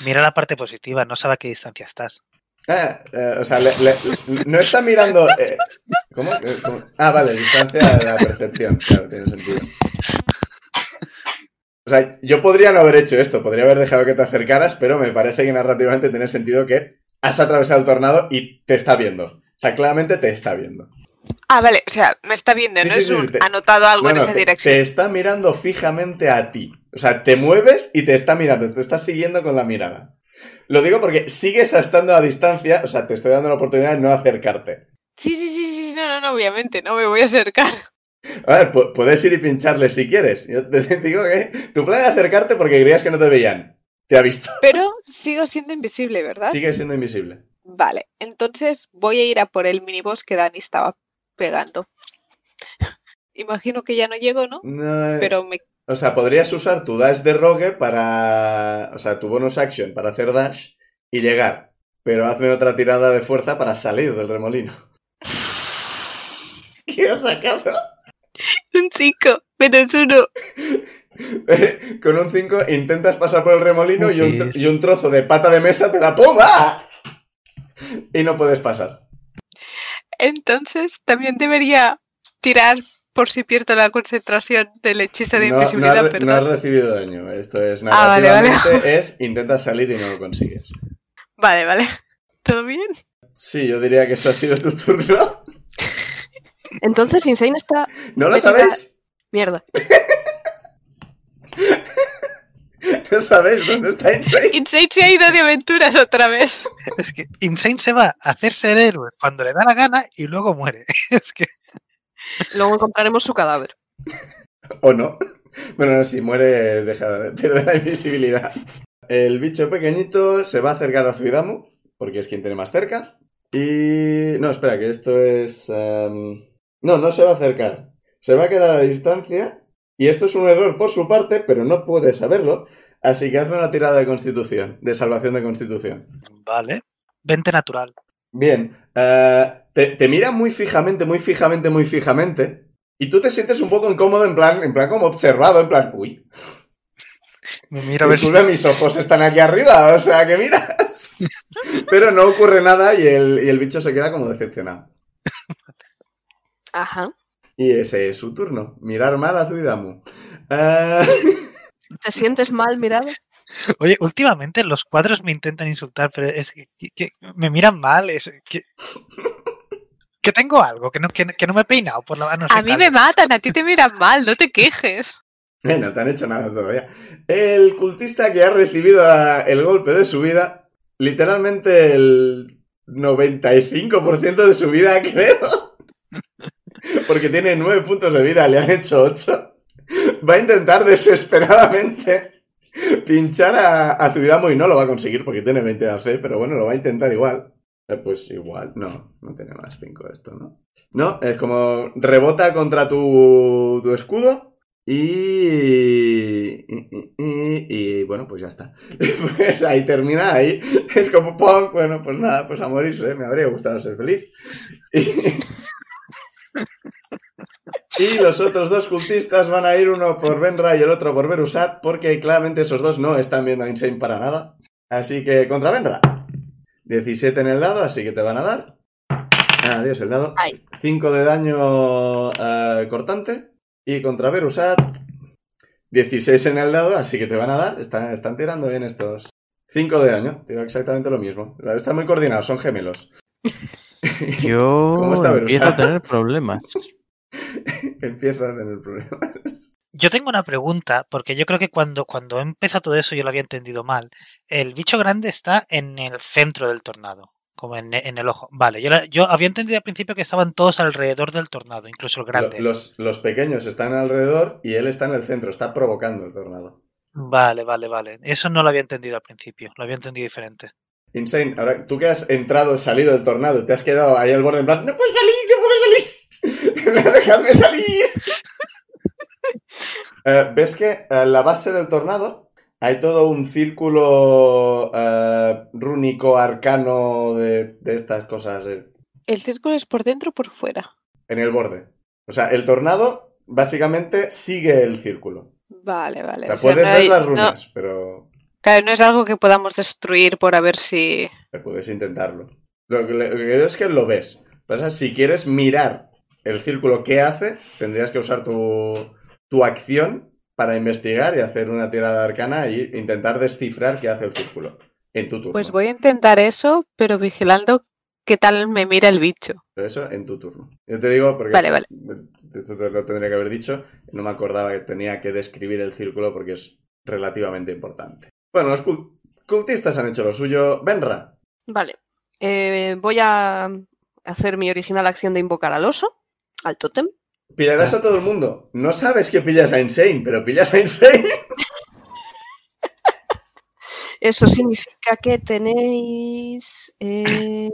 Mira la parte positiva, no sabe a qué distancia estás.
Ah, eh, o sea, le- le- no está mirando. eh, ¿cómo? Eh, ¿cómo? Ah, vale, distancia de la percepción. Claro, tiene sentido. O sea, yo podría no haber hecho esto, podría haber dejado que te acercaras, pero me parece que narrativamente tiene sentido que has atravesado el tornado y te está viendo. O sea, claramente te está viendo.
Ah, vale, o sea, me está viendo,
Sí,
¿no?
sí,
es
sí,
un
sí, te-
anotado algo
No,
en
no,
esa
te,
dirección.
te está mirando fijamente a ti. O sea, te mueves y te está mirando, te está siguiendo con la mirada. Lo digo porque sigues estando a distancia, o sea, te estoy dando la oportunidad de no acercarte.
Sí, sí, sí, sí, sí, no, no, no, obviamente, no me voy a acercar. (laughs)
A ver, pu- puedes ir y pincharle si quieres. Yo te (laughs) digo que tu plan era acercarte porque creías que no te veían. Te ha visto.
Pero sigo siendo invisible, ¿verdad?
Sigue siendo invisible.
Vale, entonces voy a ir a por el miniboss que Dani estaba pegando. (laughs) Imagino que ya no llego, ¿no?
No, eh,
Pero me... (laughs)
O sea, podrías usar tu dash de rogue para. O sea, tu bonus action para hacer dash y llegar. Pero hazme otra tirada de fuerza para salir del remolino. (laughs) ¿Qué has sacado? (laughs)
Un 5, menos 1.
Con un 5 intentas pasar por el remolino y un, tro-
Joder.
y un trozo de pata de mesa te da ¡Pumba! (laughs) Y no puedes pasar.
Entonces también debería tirar por si pierdo la concentración del hechizo de
No, no
invisibilidad,
has re- no has
perdón.
recibido daño. Esto es
Ah, vale, vale.
narrativamente
(laughs)
es intentas salir y no lo consigues.
Vale, vale. (laughs) ¿Todo bien?
Sí, yo diría que eso ha sido tu turno. (laughs)
Entonces, Insane está.
¿No lo
Pues
Vete ya.
sabéis? (laughs)
Mierda.
No sabéis dónde está Insane.
Insane se ha ido de aventuras
(laughs)
otra vez.
Es que Insane se va a hacerse el héroe cuando le da la gana y luego muere. (laughs) Es que
Luego encontraremos su cadáver.
¿O no? (laughs) Bueno, no, si muere, deja de (laughs) perder la invisibilidad. El bicho pequeñito se va a acercar a Zuidamu, porque es quien tiene más cerca. Y... No, espera, que esto es... em, No, no se va a acercar. Se va a quedar a distancia. Y esto es un error por su parte, pero no puede saberlo. Así que hazme una tirada de constitución, de salvación de constitución.
Vale. 20 natural.
Bien. eh, te, te mira muy fijamente, muy fijamente, muy fijamente. Y tú te sientes un poco incómodo, en plan, en plan como observado, en plan, uy,
Me miro a ver si.
disculpa, mis ojos están aquí arriba, o sea, que miras. Pero no ocurre nada y el, y el bicho se queda como decepcionado.
Ajá.
Y ese es su turno, mirar mal a Zuidamu. Eh,
¿Te sientes mal mirado?
(laughs) Oye, últimamente los cuadros me intentan insultar, pero es que, que- que me miran mal. Es que, que tengo algo, que no, que, no- que no me he peinado por la mano.
A mí me matan, a ti te miran mal, no te quejes.
Eh, no te han hecho nada todavía. El cultista que ha recibido la- el golpe de su vida, literalmente el 95% de su vida, (laughs) creo. Porque tiene 9 puntos de vida, le han hecho 8. Va a intentar desesperadamente pinchar a, a Zubidamu y no lo va a conseguir porque tiene 20 de AC, pero bueno, lo va a intentar igual. Eh, Pues igual, no, no tiene más 5 esto, ¿no? No, es como rebota contra tu, tu escudo y, y, y- y- y, bueno, pues ya está. (laughs) Pues ahí termina, ahí es como punk, bueno, pues nada, pues a morirse, me habría gustado ser feliz. Y, (laughs) y los otros dos cultistas van a ir uno por Benra y el otro por Berusat, porque claramente esos dos no están viendo a Insane para nada. Así que contra Benra. 17 en el lado, así que te van a dar. Adiós el dado.
Ay.
5 de daño eh, cortante. Y contra Berusat, 16 en el lado, así que te van a dar. Están, están tirando bien estos. 5 de daño, tira exactamente lo mismo. Están muy coordinados, son gemelos.
Yo
¿Cómo está Berusat?
empiezo a tener problemas.
Empiezan a tener problemas.
Yo tengo una pregunta, porque yo creo que cuando, cuando empieza todo eso yo lo había entendido mal. El bicho grande está en el centro del tornado, como en, en el ojo. Vale, yo, la- yo había entendido al principio que estaban todos alrededor del tornado, incluso el grande.
Lo- Los, los pequeños están alrededor y él está en el centro, está provocando el tornado.
Vale, vale, vale. Eso no lo había entendido al principio, lo había entendido diferente.
Insane, ahora tú que has entrado, salido del tornado, te has quedado ahí al borde en plan, no puedo salir, (laughs) no puedo salir, dejadme
(laughs)
salir. Eh, Ves que en la base del tornado hay todo un círculo eh, rúnico, arcano de, de estas cosas eh,
El círculo es por dentro o por fuera.
en el borde. O sea, el tornado básicamente sigue el círculo.
Vale,
O
vale.
sea,
o sea,
puedes
no
ver
hay-
las
no-
runas, pero
claro, no es algo que podamos destruir por a ver si...
Pero puedes intentarlo. Lo que, lo que digo es que lo ves. Pasa, si quieres mirar el círculo que hace, tendrías que usar tu, tu acción para investigar y hacer una tirada arcana e intentar descifrar qué hace el círculo. En tu turno.
Pues voy a intentar eso, pero vigilando qué tal me mira el bicho.
Pero eso en tu turno. Yo te digo porque
Vale, vale.
esto te lo tendría que haber dicho. No me acordaba que tenía que describir el círculo porque es relativamente importante. Bueno, los cul- cultistas han hecho lo suyo. Benra.
Vale. Eh, voy a hacer mi original acción de invocar al oso, al tótem.
Pillarás a todo el mundo. No sabes que pillas a Insane, pero pillas a Insane.
Eso significa que tenéis. eh,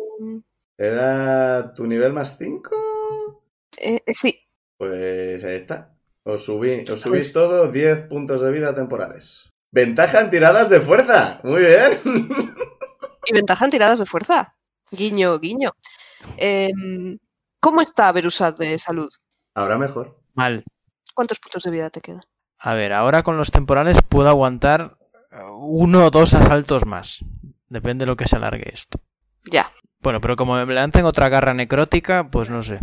¿Era tu nivel más 5?
eh, sí,
Pues ahí está. Os, subí, os subís todo 10 puntos de vida temporales. Ventaja en tiradas de fuerza. Muy bien. (laughs)
y ventaja en tiradas de fuerza. Guiño, guiño. Eh, ¿Cómo está Berusat de salud?
Ahora mejor.
Mal.
¿Cuántos puntos de vida te quedan?
A ver, ahora con los temporales puedo aguantar eh, uno o dos asaltos más. Depende de lo que se alargue esto.
Ya,
Bueno, pero como me levanten otra garra necrótica, pues no sé.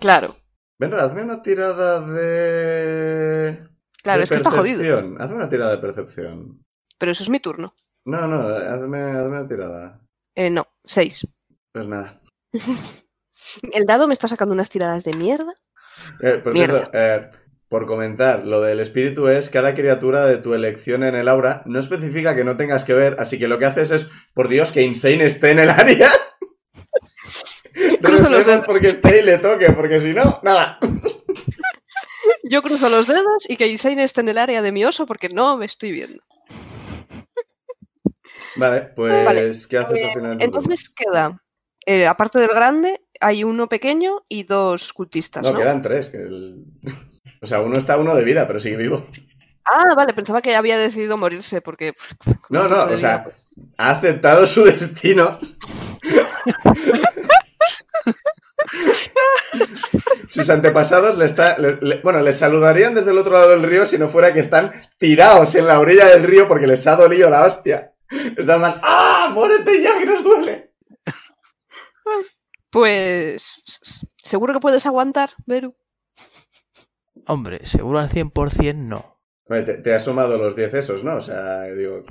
claro,
Benra, hazme una tirada de.
claro,
de
es que está jodido.
percepción. Hazme una tirada de percepción.
Pero eso es mi turno.
No, no, hazme, hazme una tirada.
Eh, no, seis. (laughs)
Pues nada.
El dado me está sacando unas tiradas de mierda.
Eh, por
Mierda.
cierto, eh, por comentar, lo del espíritu es cada criatura de tu elección en el aura no especifica que no tengas que ver, así que lo que haces es, por Dios, que Insane esté en el
(laughs)
área.
Cruzo los
Rezas
dedos.
porque esté y le toque, porque si no, nada.
Yo cruzo los dedos y que Insane esté en el área de mi oso porque no me estoy viendo.
Vale, pues,
Vale.
¿qué haces
Eh,
al final? del turno?
Entonces queda, eh, aparte del grande, hay uno pequeño y dos cultistas,
no,
¿no?
quedan tres. que el- (laughs) O sea, uno está uno de vida, pero sigue vivo.
Ah, vale, pensaba que había decidido morirse porque... pff, con
No,
un
no,
poco de
o sea,
vida, pues.
ha aceptado su destino. Sus antepasados le está, le- le- bueno, les saludarían desde el otro lado del río si no fuera que están tirados en la orilla del río porque les ha dolido la hostia. Están mal. ¡Ah! ¡Muérete ya que nos duele!
Pues... Seguro que puedes aguantar, Beru.
Hombre, seguro al 100% no.
Vale, te, te has sumado los 10 esos, ¿no? O sea, digo.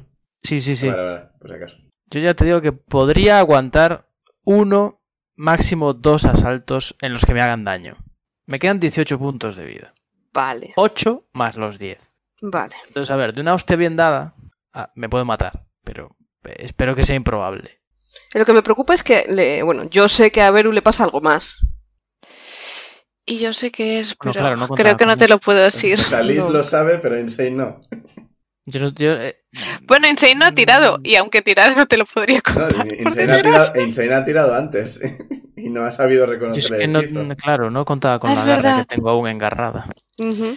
Sí, sí, sí.
Vale, vale, pues acaso.
Yo ya te digo que podría aguantar uno, máximo dos asaltos en los que me hagan daño. Me quedan 18 puntos de vida.
Vale,
8 más los 10.
vale.
Entonces, a ver, de una hostia bien dada, ah, me puedo matar, pero eh, espero que sea improbable.
Lo que me preocupa es que, le- bueno, yo sé que a Beru le pasa algo más.
Y yo sé qué es,
Bueno,
pero
claro, no contaba
creo que
con
no te
eso.
lo puedo decir.
Salís
No.
lo sabe, pero Insane no.
Yo no- yo, eh,
(laughs) Bueno, Insane no ha tirado,
Mm.
y aunque tirara no te lo podría
No,
(laughs) contar. por
Insane, ha
desgracia.
tirado, Insane ha tirado antes (laughs) y no ha sabido
yo es
reconocer
que
el
no,
hechizo.
claro, no contaba con
Ah,
la
es
garra
verdad.
que tengo aún engarrada.
Ujú.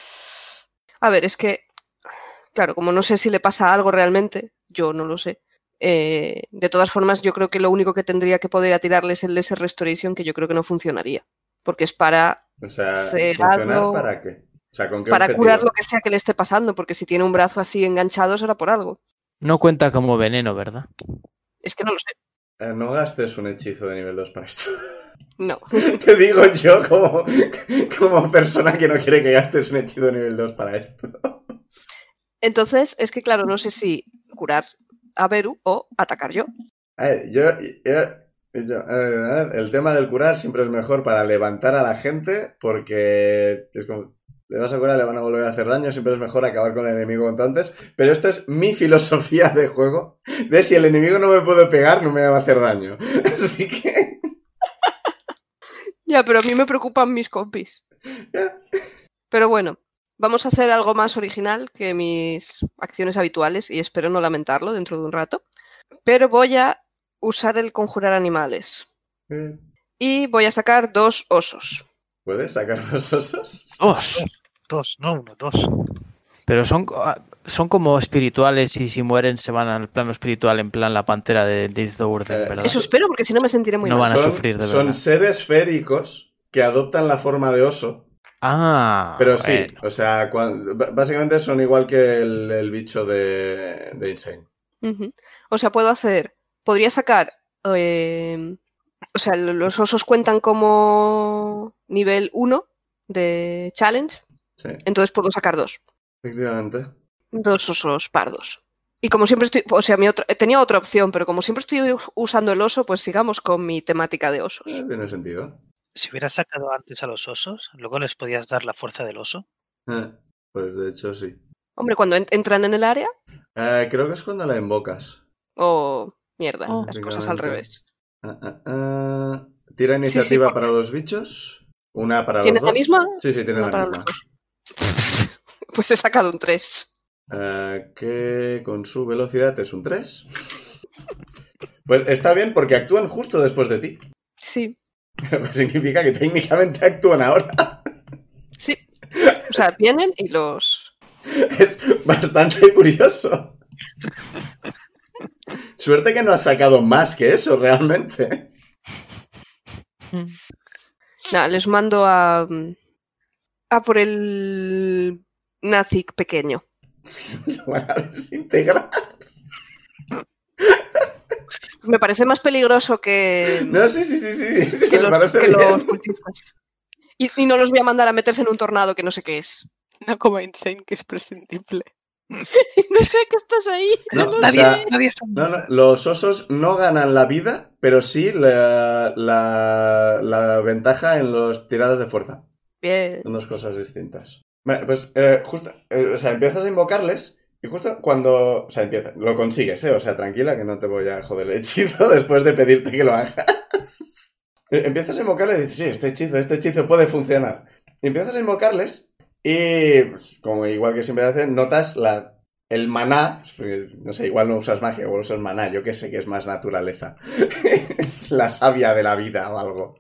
A ver, es que, claro, como no sé si le pasa algo realmente, yo no lo sé. eh, de todas formas, yo creo que lo único que tendría que poder atirarle es el DS Restoration, que yo creo que no funcionaría. Porque es para,
O sea,
Cerrado.
¿funcionar para qué? O sea, ¿con qué
para
objetivo?
curar lo que sea que le esté pasando, porque si tiene un brazo así enganchado será por algo.
No cuenta como veneno, ¿verdad?
Es que no lo sé.
Eh, No gastes un hechizo de nivel 2 para esto. (laughs)
No.
Te digo yo como, como persona que no quiere que gastes un hechizo de nivel 2 para esto.
Entonces, es que, claro, no sé si curar a Beru o atacar yo.
A ver, yo... yo- yo, eh, el tema del curar siempre es mejor para levantar a la gente porque es como... Le vas a curar, le van a volver a hacer daño, siempre es mejor acabar con el enemigo cuanto antes. Pero esta es mi (laughs) filosofía de juego, de si el enemigo no me puede pegar, no me va a hacer daño. (laughs) Así que...
Ya, pero a mí me preocupan mis compis. Pero bueno, vamos a hacer algo más original que mis acciones habituales y espero no lamentarlo dentro de un rato. Pero voy a usar el conjurar animales
Eh,
y voy a sacar dos osos.
¿Puedes sacar (laughs) dos osos?
Oh,
¡Dos!
Dos, no uno, dos.
Pero son, co- ah, son como espirituales y si mueren se van al plano espiritual en plan la pantera de Dirk Dourden,
Eh,
¿verdad?
Eso espero porque si no me sentiré muy
No
mal.
van a
son,
sufrir, de
son
verdad.
seres féricos que adoptan la forma de oso.
Ah,
Pero sí,
bueno.
o sea, cuan- b- básicamente son igual que el, el bicho de, de Insane.
Ujú. O sea, puedo hacer, podría sacar, eh, o sea, lo- los osos cuentan como nivel 1 de challenge,
Sí.
entonces puedo sacar dos.
Efectivamente.
Dos osos pardos. Y como siempre estoy, o sea, mi otra- tenía otra opción, pero como siempre estoy us- usando el oso, pues sigamos con mi temática de osos.
Eh, Tiene sentido.
Si hubieras sacado antes a los osos, luego les podías dar la fuerza del oso.
Eh, Pues de hecho sí.
Hombre, cuando en- entran en el área,
Eh, creo que es cuando la invocas.
o mierda,
Oh.
las cosas al revés. (laughs)
Ah, ah, ah. Tira
Sí, sí,
iniciativa
porque-
para los bichos. Una para
¿Tiene
los dos.
la misma?
Sí, sí, tiene
Una
la
para
misma.
los dos. pues he sacado un 3.
Eh, que con su velocidad es un 3. Pues está bien porque actúan justo después de ti. (laughs)
Sí,
Pues significa que técnicamente actúan ahora. (laughs)
sí. O sea, vienen y los...
Es bastante curioso. Suerte que no has sacado más que eso realmente. (laughs)
Nada, les mando a... A por el... Nazik pequeño.
Lo van a desintegrar.
Me parece más peligroso que...
(laughs) No, sí, sí, sí, sí. sí,
que
me
los,
parece
que
bien.
los cultistas. Y, y no los voy a mandar a meterse en un tornado que no sé qué es. (laughs)
No como Insane, que es prescindible.
No sé qué estás ahí.
No, o
Nadie,
sea,
nadie está-
no, no, los osos no ganan la vida, pero sí la, la- la ventaja en las tiradas de fuerza.
Bien.
Son dos cosas distintas. Vale, pues eh, justo, eh, o sea, empiezas a invocarles y justo cuando, o sea, empieza, lo consigues, ¿eh? O sea, tranquila que no te voy a joder el (laughs) hechizo después de pedirte que lo hagas. (laughs) Eh, Empiezas a invocarles y dices, sí, este hechizo, este hechizo puede funcionar. Y empiezas a invocarles y, pues, como igual que siempre hacen, notas la, el maná, eh, no sé, igual no usas magia o usas maná, yo que sé que es más naturaleza. (laughs) es la savia de la vida o algo.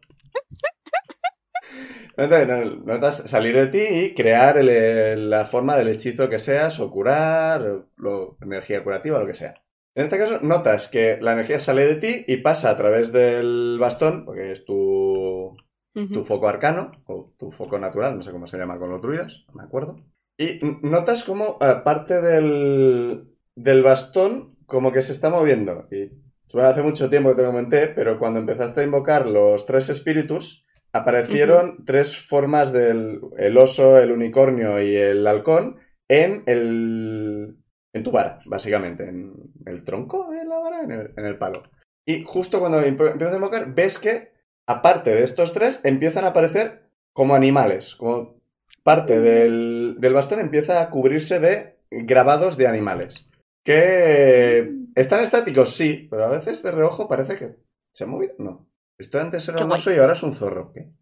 Notas, notas salir de ti y crear el- el- la forma del hechizo que seas, o curar, lo- energía curativa, lo que sea. En este caso, notas que la energía sale de ti y pasa a través del bastón, porque es tu, tu
Ujú.
foco arcano, o tu foco natural, no sé cómo se llama con los druidas, no me acuerdo. Y n- notas como eh, parte del, del bastón como que se está moviendo. Y bueno, hace mucho tiempo que te lo comenté, pero cuando empezaste a invocar los tres espíritus, aparecieron tres formas del el oso, el unicornio y el halcón en el... En tu vara, básicamente, en el tronco de la vara, en el, en el palo. Y justo cuando empe- empiezas a invocar, ves que aparte de estos tres, empiezan a aparecer como animales. Como parte del, del bastón empieza a cubrirse de grabados de animales. Que están estáticos, sí, pero a veces de reojo parece que se ha movido. No. Esto antes era
Qué
un
guay.
oso y ahora es un zorro. ¿qué?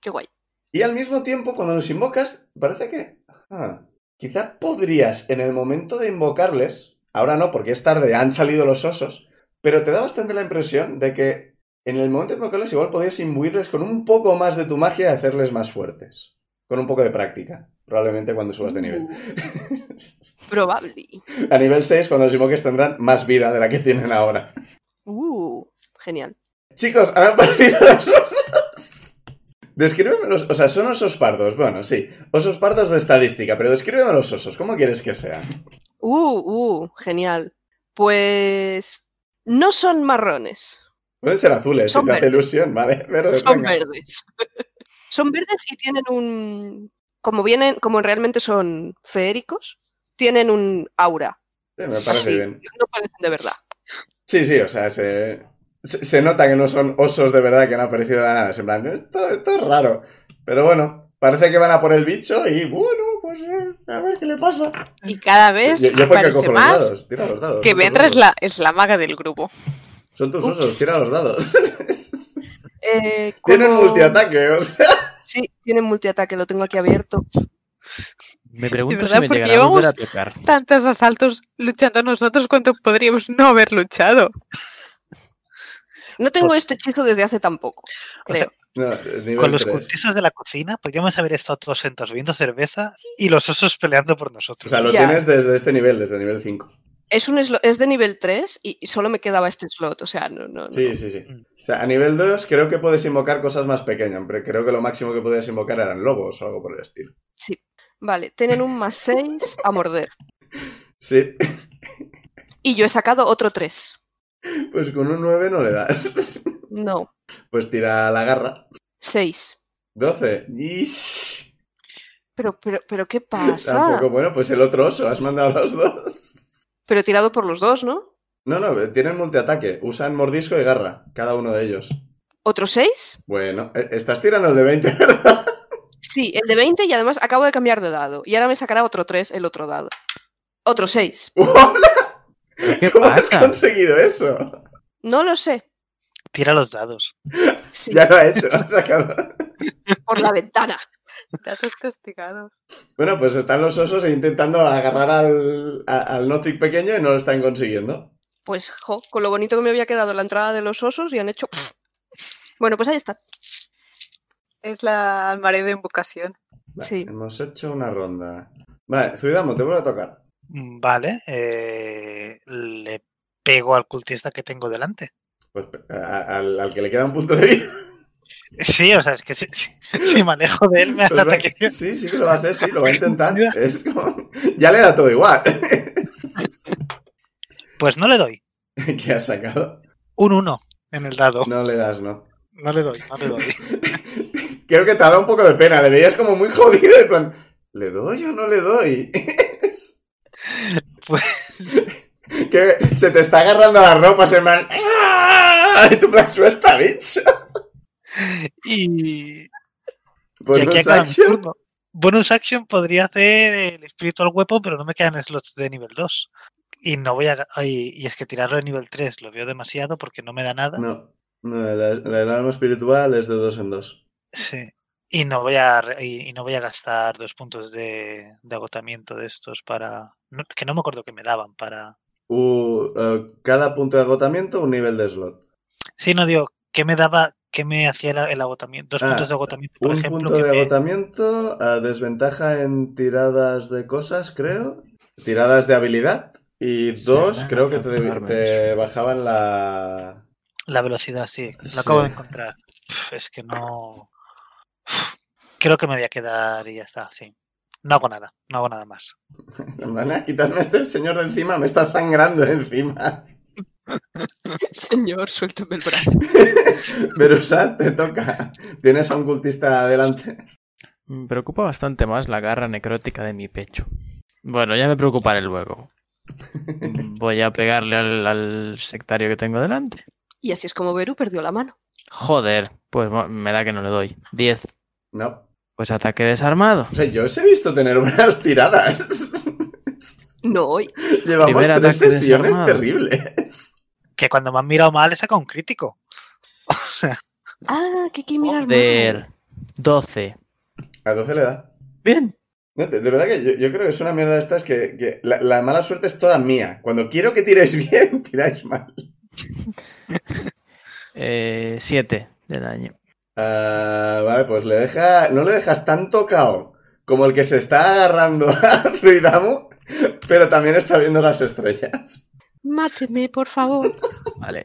Qué guay.
Y al mismo tiempo, cuando los invocas, parece que. Ah, quizá podrías, en el momento de invocarles, ahora no, porque es tarde, han salido los osos, pero te da bastante la impresión de que en el momento de invocarles, igual podrías imbuirles con un poco más de tu magia y hacerles más fuertes. Con un poco de práctica, probablemente cuando subas de nivel.
Mm.
Probable.
(laughs) A nivel 6, cuando los invoques tendrán más vida de la que tienen ahora.
Uh, genial.
Chicos, han aparecido los osos. Descríbeme los... O sea, son osos pardos. Bueno, sí. Osos pardos de estadística, pero descríbeme los osos. ¿Cómo quieres que sean?
Uh, uh, genial. Pues no son marrones,
Pueden ser azules,
Son
si te hace
verdes.
ilusión, ¿vale? Verdes,
son
venga.
verdes. son verdes y tienen un como vienen, como realmente son feéricos, tienen un aura.
Sí, me parece
así,
bien.
No parecen de verdad.
Sí, sí, o sea, se... se- se nota que no son osos de verdad que no han aparecido de la nada. Es en plan, esto, esto es raro. Pero bueno, parece que van a por el bicho y bueno, pues eh, a ver qué le pasa.
Y cada vez
Yo, yo porque
aparece
cojo los
más
dados, tira los dados.
que
son tus
Benra es
osos.
la, es la maga del grupo.
Son tus
Ups.
osos, tira los dados.
(laughs) Eh,
Tienen
como-
multiataque, o sea.
Sí, tienen multiataque, lo tengo aquí abierto.
Me pregunto
verdad,
si me
porque
llegará a volver a
llevamos-
tocar.
Tantos asaltos luchando nosotros cuanto podríamos no haber luchado.
No
Pues
tengo este hechizo desde hace tampoco.
O sea,
Creo.
No, es nivel
Con los
tres.
cultistas de la cocina podríamos haber estado todos sentados bebiendo cerveza y los osos peleando por
O
nosotros.
sea, lo
Ya.
tienes desde este nivel, desde nivel 5.
Es, un eslo- es de nivel 3 y, y solo me quedaba este slot. O sea, no, no, no.
Sí, sí, sí.
Mm.
O sea, a nivel 2 creo que puedes invocar cosas más pequeñas, pero creo que lo máximo que podías invocar eran lobos o algo por el estilo.
Vale, tienen un más 6 a morder.
Sí, (laughs)
Y yo he sacado otro 3.
pues con un 9 no le das. (laughs)
No,
Pues tira la garra.
6.
12. Ish.
Pero, pero, pero, ¿qué
(laughs)
pasa?
Tampoco, bueno, pues el otro oso, has mandado a los dos.
Pero tirado por los dos, ¿no?
No, no, tienen multiataque, usan mordisco y garra, cada uno de ellos.
¿Otro seis?
Bueno, e- estás tirando el de 20, (laughs) ¿verdad?
Sí, el de 20 y además acabo de cambiar de dado. Y ahora me sacará otro 3 el otro dado. Otro 6.
(laughs)
¿Qué
¿Cómo has
pasa?
conseguido eso?
No lo sé.
Tira los dados.
Sí,
Ya lo ha hecho, ha sacado.
por la ventana.
Datos castigados.
Bueno, pues están los osos intentando agarrar al, a- al Nozick pequeño y no lo están consiguiendo.
Pues, jo, con lo bonito que me había quedado la entrada de los osos y han hecho. Bueno, pues ahí está.
Es la almaré de invocación.
Vale,
Sí.
Hemos hecho una ronda. Vale, Zuidamo, te vuelvo a tocar.
Mm, Vale. eh, le pego al cultista que tengo delante.
Pues, a- al, al que le queda un punto de vida.
Sí, o sea, es que si, (laughs) si- si me alejo de él, me
Pues va-
ataque.
sí, sí que lo va a hacer, sí, lo va a intentar. Es como- Ya le da todo igual. (laughs)
Pues no le doy.
¿Qué ha sacado?
Un 1 en el dado.
No le das, no.
No le doy, no le
(laughs)
doy.
Creo que te ha dado un poco de pena. Le veías como muy jodido y plan, ¿le doy o no le doy?
Pues
(laughs) que se te está agarrando las ropas, hermano. ¡Ah! Y tú plan, suelta, bicho.
y, y
Pues
aquí
no es
acaba mi
action.
turno. Bonus action podría hacer el Spiritual Weapon, pero no me quedan slots de nivel 2. Y no voy a. ga- Y, y es que tirarlo de nivel 3 lo veo demasiado porque no me da nada.
No, no el, el alma espiritual es de dos en dos.
Sí. Y no voy a re- y, y no voy a gastar dos puntos de, de agotamiento de estos para. no- que no me acuerdo que me daban para.
Uh, eh, cada punto de agotamiento, un nivel de slot.
Sí, no digo, ¿qué me daba? ¿Qué me hacía el, el agotamiento? Dos
Ah,
puntos de agotamiento, por
un
ejemplo.
punto
que
de
me-
agotamiento, eh, desventaja en tiradas de cosas, creo. Tiradas de habilidad. Y
Sí,
dos,
¿verdad?
creo que te,
Armas.
te bajaban la...
La velocidad, sí. Lo acabo de
Sí.
encontrar. Uf, Es que no. Uf, Creo que me voy a quedar y ya está, sí. No hago nada, no hago nada más.
En plan, "Ah, quitarme a este señor de encima, me está sangrando encima. (laughs)
Señor, suéltame el brazo.
Verusat, te toca. Tienes a un cultista adelante.
Me preocupa bastante más la garra necrótica de mi pecho. Bueno, ya me
(laughs)
preocuparé luego. Voy a pegarle al, al sectario que tengo delante.
Y así es como Beru perdió la mano.
Joder, pues mo- me da que no le doy. 10.
No.
Pues ataque desarmado.
O sea, yo os he visto tener (laughs) buenas tiradas. (laughs)
No hoy.
Llevamos
Primer
tres
ataque
sesiones
desarmado.
terribles.
Que cuando me han mirado mal, he sacado un crítico.
Ah, que hay que mirar
Joder.
mal.
12.
A 12 le da.
Bien.
No, de de verdad que yo, yo creo que es una mierda de estas que, que la, la mala suerte es toda mía. Cuando quiero que tiréis (laughs) bien, tiráis mal.
7 de eh, daño.
Ah, vale, pues le deja. No le dejas tan tocado como el que se está agarrando (laughs) a Zuidamu, pero también está viendo las estrellas.
Máteme, por favor.
(laughs) Vale.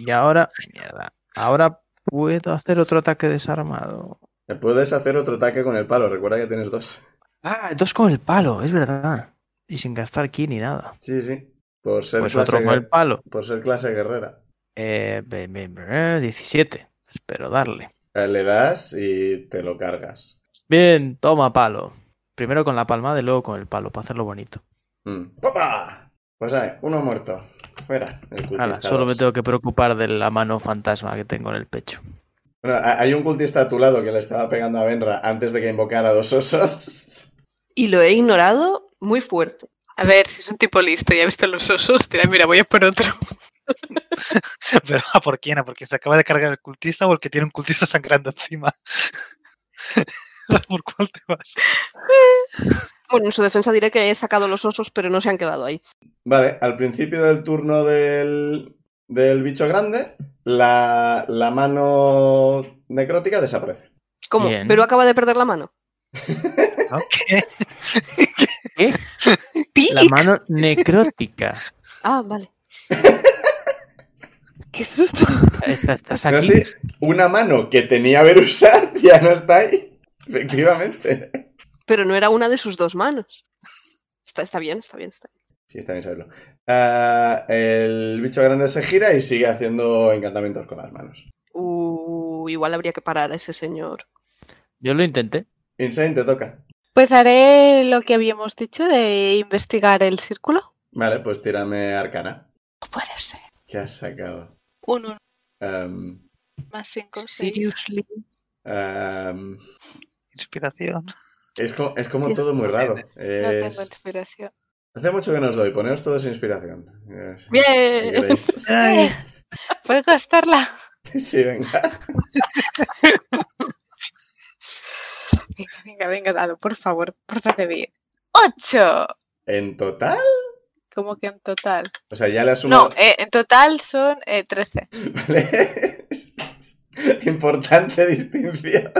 Y ahora. Mierda. Ahora puedo hacer otro ataque desarmado.
Puedes hacer otro ataque con el palo, recuerda que tienes dos.
Ah, dos con el palo, es verdad. Y sin gastar ki ni nada.
Sí, sí. Por ser,
Pues
clase,
otro con el
guer-
palo.
por ser clase guerrera.
Eh, be- be- be- 17. Espero darle.
Eh, Le das y te lo cargas.
Bien, toma palo. Primero con la palmada y luego con el palo, para hacerlo bonito.
Mm. ¡Papá! Pues ahí, uno muerto. Fuera. El cultista
Hala, solo me
Pues dos.
tengo que preocupar de la mano fantasma que tengo en el pecho.
Bueno, ha- hay un cultista a tu lado que le estaba pegando a Benra antes de que invocara a dos osos. (laughs)
Y lo he ignorado muy fuerte.
A ver, si es un tipo listo y ha visto los osos, dirá, mira, voy a por otro. (laughs)
(laughs) Pero ¿a por quién? ¿A porque se acaba de cargar el cultista o el que tiene un cultista sangrando encima? (laughs) ¿Por cuál te vas?
Bueno, en su defensa diré que he sacado los osos, pero no se han quedado ahí.
Vale, al principio del turno del, del bicho grande, la, la mano necrótica desaparece.
¿Cómo?
Bien.
Beru acaba de perder la mano.
Ok.
La mano necrótica.
Ah, vale.
¡Qué susto!
Esta- Estás
No
aquí.
sé, una mano que tenía Berusat (laughs) ya no está ahí. Efectivamente.
Pero no era una de sus dos manos. Está, está bien, está bien, está bien.
Sí, está bien saberlo. Ah, el bicho grande se gira y sigue haciendo encantamientos con las manos.
Uh, igual habría que parar a ese señor.
Yo lo intenté.
Insane, te toca.
Pues haré lo que habíamos dicho de investigar el círculo.
Vale, pues tírame arcana.
No puede ser.
¿Qué has sacado?
Un 1
Em,
más 5, 6.
Seriously.
em,
Inspiración.
es, co- es como
Sí.
todo muy raro.
No tengo
Es-
inspiración. (laughs)
Hace mucho que no os doy. Poneos todos inspiración. Es- si
Bien.
queréis.
(laughs)
Ay,
¿Puedo gastarla?
(laughs) Sí, venga.
Venga, venga, venga, dado, por favor, pórtate bien. ¡Ocho!
¿En total?
Como que en total.
O sea, ya le has
No,
sumado...
eh, en total son eh, 13.
Vale. (laughs) Importante distinción.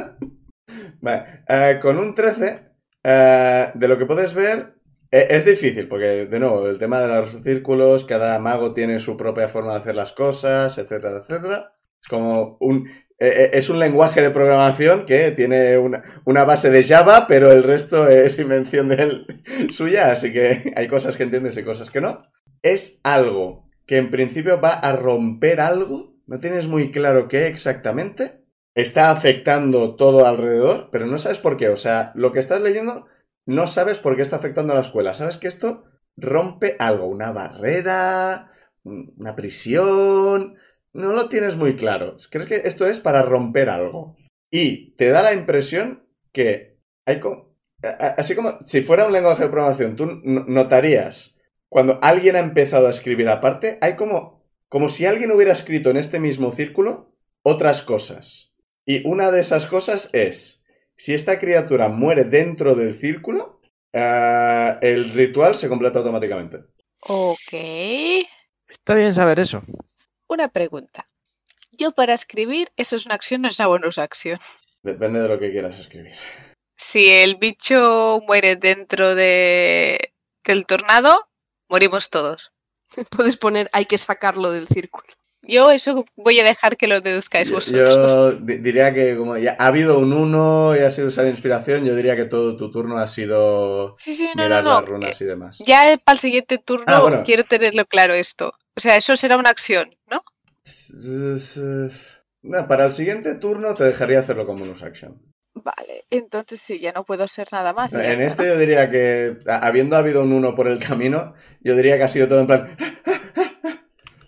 Vale. eh, con un 13, eh, de lo que puedes ver, eh, es difícil, porque de nuevo, el tema de los círculos, cada mago tiene su propia forma de hacer las cosas, etcétera, etcétera. Es como un... eh, eh, Es un lenguaje de programación que tiene una, una base de Java, pero el resto es invención de él, (laughs) suya, así que hay cosas que entiendes y cosas que no es algo que en principio va a romper algo, no tienes muy claro qué exactamente, está afectando todo alrededor, pero no sabes por qué, o sea, lo que estás leyendo no sabes por qué está afectando a la escuela, sabes que esto rompe algo, una barrera, un- una prisión, no lo tienes muy claro, crees que esto es para romper algo y te da la impresión que hay como... a- a- Así como si fuera un lenguaje de programación, tú no- notarías cuando alguien ha empezado a escribir aparte, hay como, como si alguien hubiera escrito en este mismo círculo otras cosas. Y una de esas cosas es, si esta criatura muere dentro del círculo, eh, el ritual se completa automáticamente.
Ok.
Está bien saber eso.
Una pregunta. Yo para escribir, eso es una acción, no es una bonus acción.
Depende de lo que quieras escribir.
Si el bicho muere dentro de... del tornado, morimos todos.
Puedes poner hay que sacarlo del círculo.
Yo eso voy a dejar que lo deduzcáis
Yo,
vosotros.
yo di- diría que como ya ha habido un uno y ha sido usado inspiración, yo diría que todo tu turno ha sido
Sí, sí, no, no,
mirar
no. Eh,
las runas y demás.
Ya para el siguiente turno
Ah, bueno.
quiero tenerlo claro esto. O sea, eso será una acción, ¿no?
No, para el siguiente turno te dejaría hacerlo como bonus action.
Vale, entonces sí, ya no puedo hacer nada más. y ya
En
está,
este
¿no?
yo diría que, a- habiendo habido un 1 por el camino, yo diría que ha sido todo en plan... "Ah,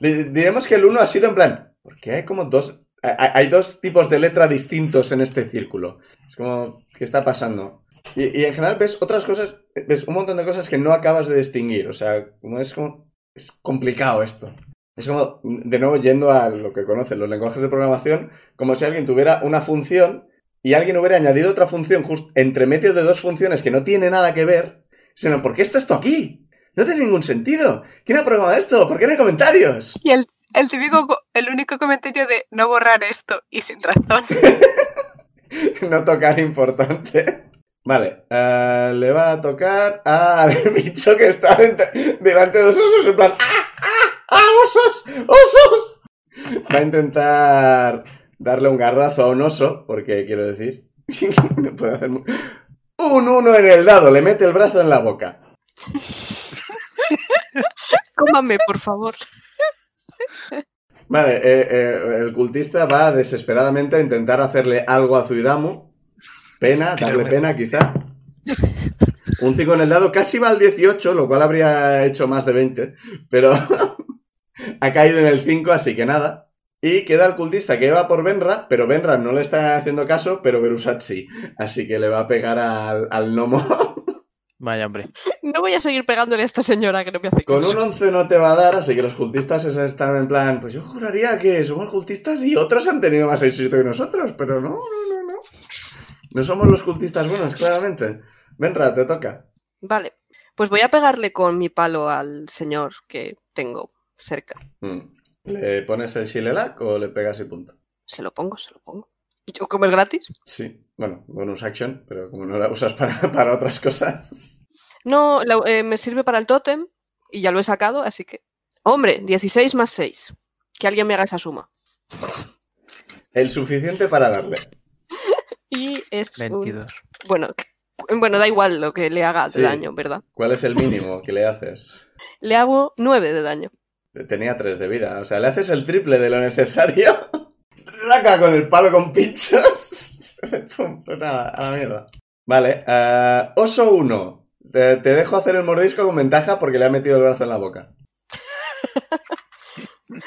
Di- Diremos que el 1 ha sido en plan... Porque hay como dos... hay- Hay hay dos tipos de letra distintos en este círculo. Es como, ¿qué está pasando? Y, y en general ves otras cosas, ves un montón de cosas que no acabas de distinguir. O sea, como es como... Es complicado esto. Es como, de nuevo, yendo a lo que conocen los lenguajes de programación, como si alguien tuviera una función y alguien hubiera añadido otra función justo entre medio de dos funciones que no tiene nada que ver, sino ¿por qué está esto aquí? No tiene ningún sentido. ¿Quién ha programado esto? ¿Por qué no hay comentarios? (laughs)
Y el, el típico, co- el único comentario de no borrar esto y sin razón.
no tocar importante. (laughs) Vale, eh, le va a (laughs) tocar al bicho que está dent- delante de los osos, en plan, ¡ah, ah, ah, osos, osos! (laughs) Va a intentar darle un garrazo a un oso, porque quiero decir, (laughs) no puede hacer mu- un uno en el dado, le mete el brazo en la boca.
Cómame, por favor.
Vale, eh, eh, el cultista va desesperadamente a intentar hacerle algo a Zuidamu. Pena, darle
Tírame.
pena quizá. Un 5 en el dado, casi va al 18, lo cual habría hecho más de 20, pero (laughs) ha caído en el 5, así que nada. Y queda el cultista que va por Benra, pero Benra no le está haciendo caso, pero Berusat sí. Así que le va a pegar al, al gnomo.
Vaya, hombre.
No voy a seguir pegándole a esta señora que no me hace
Con
caso.
un 11 no te va a dar, así que los cultistas están en plan, pues yo juraría que somos cultistas y otros han tenido más éxito que nosotros, pero no, no, no, no. No somos los cultistas buenos, claramente. Benra, te toca.
Vale. Pues voy a pegarle con mi palo al señor que tengo cerca.
¿Le pones el shilelak o le pegas y punto?
Se lo pongo, se lo pongo. ¿Yo como es gratis?
Sí, bueno, bonus action, pero como no la usas para, (laughs) para otras cosas.
No, la- eh, me sirve para el tótem y ya lo he sacado, así que. Hombre, 16 más 6. Que alguien me haga esa suma.
El suficiente para darle.
Y es. un-
22.
Bueno, c- bueno, da igual lo que le haga de
Sí.
daño, ¿verdad?
¿Cuál es el mínimo que le haces?
Le hago 9 de daño.
Tenía tres de vida, o sea, le haces el triple de lo necesario. (laughs) (laughs) Raca con el palo con pinchos. Pum, pues nada, a la mierda. Vale, ah, oso 1. Te, te dejo hacer el mordisco con ventaja porque le ha metido el brazo en la boca. Ah,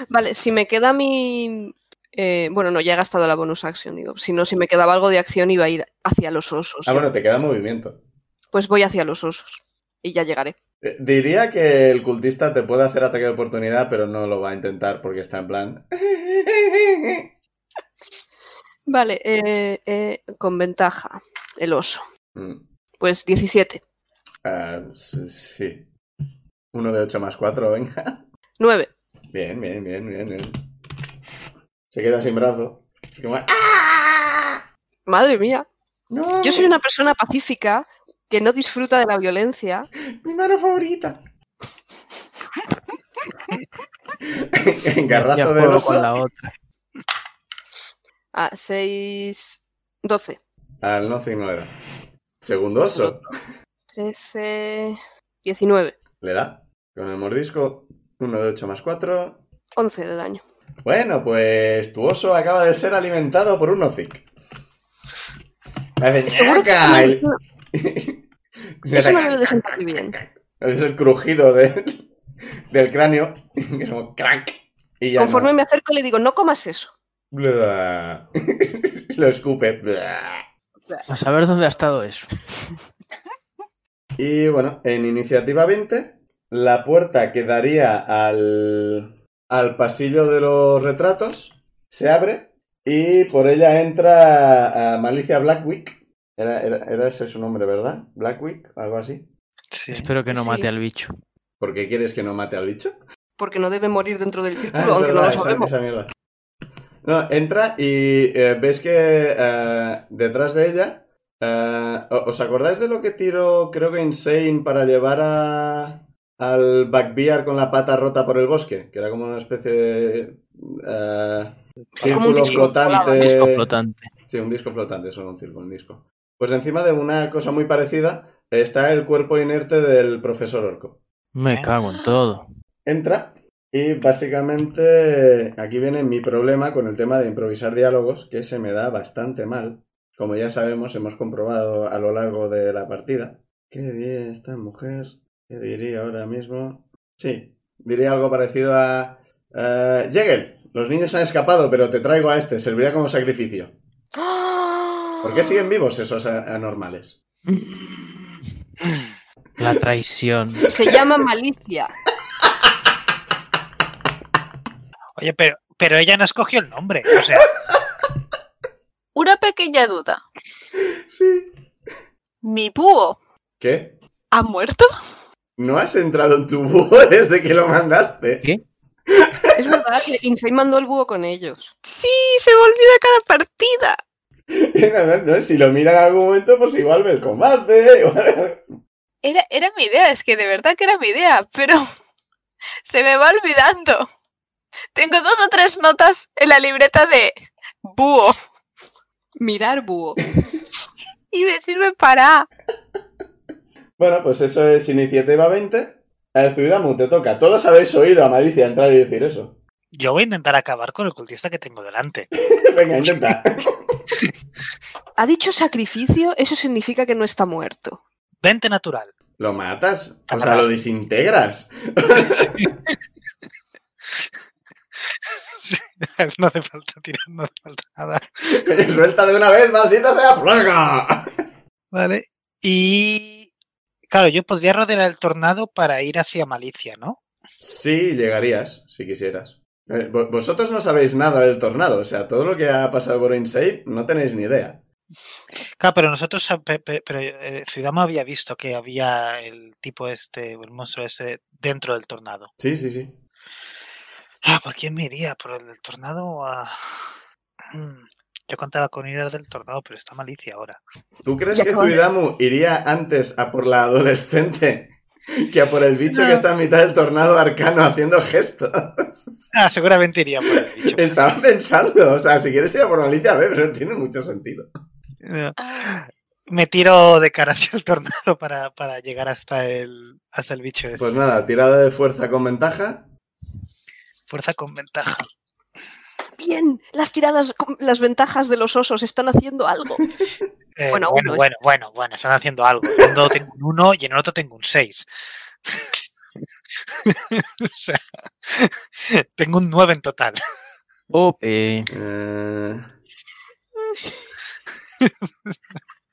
Vale, si me queda mi. eh, bueno, no, ya he gastado la bonus action, digo. Si no, si me quedaba algo de acción, iba a ir hacia los osos.
Ah, bueno, te queda movimiento.
Pues voy hacia los osos. Y ya llegaré.
Eh, Diría que el cultista te puede hacer ataque de oportunidad, pero no lo va a intentar porque está en plan. (laughs)
Vale, eh, eh, con ventaja, el oso.
Mm.
Pues 17.
Ah, s- sí. Uno de 8 más 4, venga.
9.
Bien, bien, bien, bien, bien. Se queda sin brazo. Es como, ¡ah!
Madre mía.
¡No!
Yo soy una persona pacífica que no disfruta de la violencia.
¡Mi mano favorita! (laughs) Engarrazo de
juego con
oso.
la otra.
A 6. 12.
Al no no le da. Segundo oso.
13. 19.
Le da. Con el mordisco. Uno de 8 más 4.
11 de daño.
Bueno, pues tu oso acaba de ser alimentado por un ozic. Hace
Seguro que
ñaca,
eso
el-
no-
Le
eso
hace
no debe de sentar bien.
Es el crujido del, del cráneo. que es como crack. Y ya
Conforme
no.
me acerco le digo, no comas eso.
Bla. Lo escupe. Bla.
A saber dónde ha estado eso.
Y bueno, en iniciativa 20, la puerta que daría al, al pasillo de los retratos se abre y por ella entra a Malicia Blackwick. Era, era- era ese su nombre, ¿verdad? Blackwick, algo así.
Sí.
Espero que no
Sí.
mate al bicho.
¿Por qué quieres que no mate al bicho?
Porque no debe morir dentro del
Ah,
círculo,
es
aunque no
verdad,
lo
esa-
sabemos.
esa mierda. No, entra y eh, ves que eh, detrás de ella. eh, ¿o- ¿Os acordáis de lo que tiró, creo que Insane, para llevar a, al Backbear con la pata rota por el bosque? Que era como una especie de. eh,
Sí, como un
círculo
disco volaba,
flotante.
¿no?
Disco flotante.
Sí, un disco flotante, solo un círculo, un disco. Pues encima de una cosa muy parecida está el cuerpo inerte del profesor Orco.
Me cago en todo.
entra y básicamente aquí viene mi problema con el tema de improvisar diálogos, que se me da bastante mal. Como ya sabemos, hemos comprobado a lo largo de la partida. ¿Qué diría esta mujer? ¿Qué diría ahora mismo? Sí, diría algo parecido a... eh, Jägel, los niños han escapado, pero te traigo a este, servirá como sacrificio.
¡Ah!
¿Por qué siguen vivos esos a- anormales?
La traición.
Se llama malicia.
Oye, pero, pero ella no escogió el nombre. O sea,
(laughs) Una pequeña duda.
Sí.
¿Mi búho
¿Qué?
ha muerto?
¿No has entrado en tu búho desde que lo mandaste?
Es verdad que Insane mandó el búho con ellos.
¡Sí! Se me olvida cada partida.
(laughs) No, no, no, si lo mira en algún momento, pues igual ve el combate.
Era, era mi idea, es que de verdad que era mi idea, pero (laughs) se me va olvidando. Tengo dos o tres notas en la libreta de búho
Mirar búho.
y me sirve para...
(laughs) Bueno, pues eso es iniciativa 20. A Zuidamu te toca. Todos habéis oído a Malicia entrar y decir eso. (laughs)
yo voy a intentar acabar con el cultista que tengo delante.
Venga, intenta.
Ha dicho sacrificio, eso significa que no está muerto.
20 natural. (laughs)
Lo matas. O sea, lo desintegras.
No hace falta tirar, no hace falta nada.
(laughs) Suelta de una vez, maldita sea plaga.
Vale. Y. Claro, yo podría rodear el tornado para ir hacia Malicia, ¿no?
(laughs) Sí, llegarías, si quisieras. Eh, vo- Vosotros no sabéis nada del tornado, o sea, todo lo que ha pasado por Insane no tenéis ni idea.
Claro, pero nosotros, sa- pe- pe- pero eh, Ciudadamo había visto que había el tipo este, el monstruo ese, dentro del tornado.
Sí, sí, sí.
Ah, ¿por quién me iría? ¿Por el del tornado o a- Mm, Yo contaba con ir al del tornado, pero está Malicia ahora. (laughs)
¿Tú crees
Ya
que
acabo de-
Zuidamu iría antes a por la adolescente que a por el bicho
No.
que está en mitad del tornado arcano haciendo gestos?
Ah, seguramente iría por el
(laughs)
bicho. (laughs)
Estaba pensando, o sea, si quieres ir a por Malicia, a ver, pero no tiene mucho sentido.
Eh, Me tiro de cara hacia el tornado para, para llegar hasta el, hasta el bicho este. ese.
Pues nada, tirada de fuerza con ventaja.
Fuerza con ventaja.
Bien, las tiradas, con las ventajas de los osos están haciendo algo.
Eh, bueno,
Bueno, uno,
bueno,
¿eh?
bueno, bueno, están haciendo algo. En uno tengo un 1 y en el otro tengo un 6. (laughs) o sea, tengo un 9 en total.
Ope.
Eh,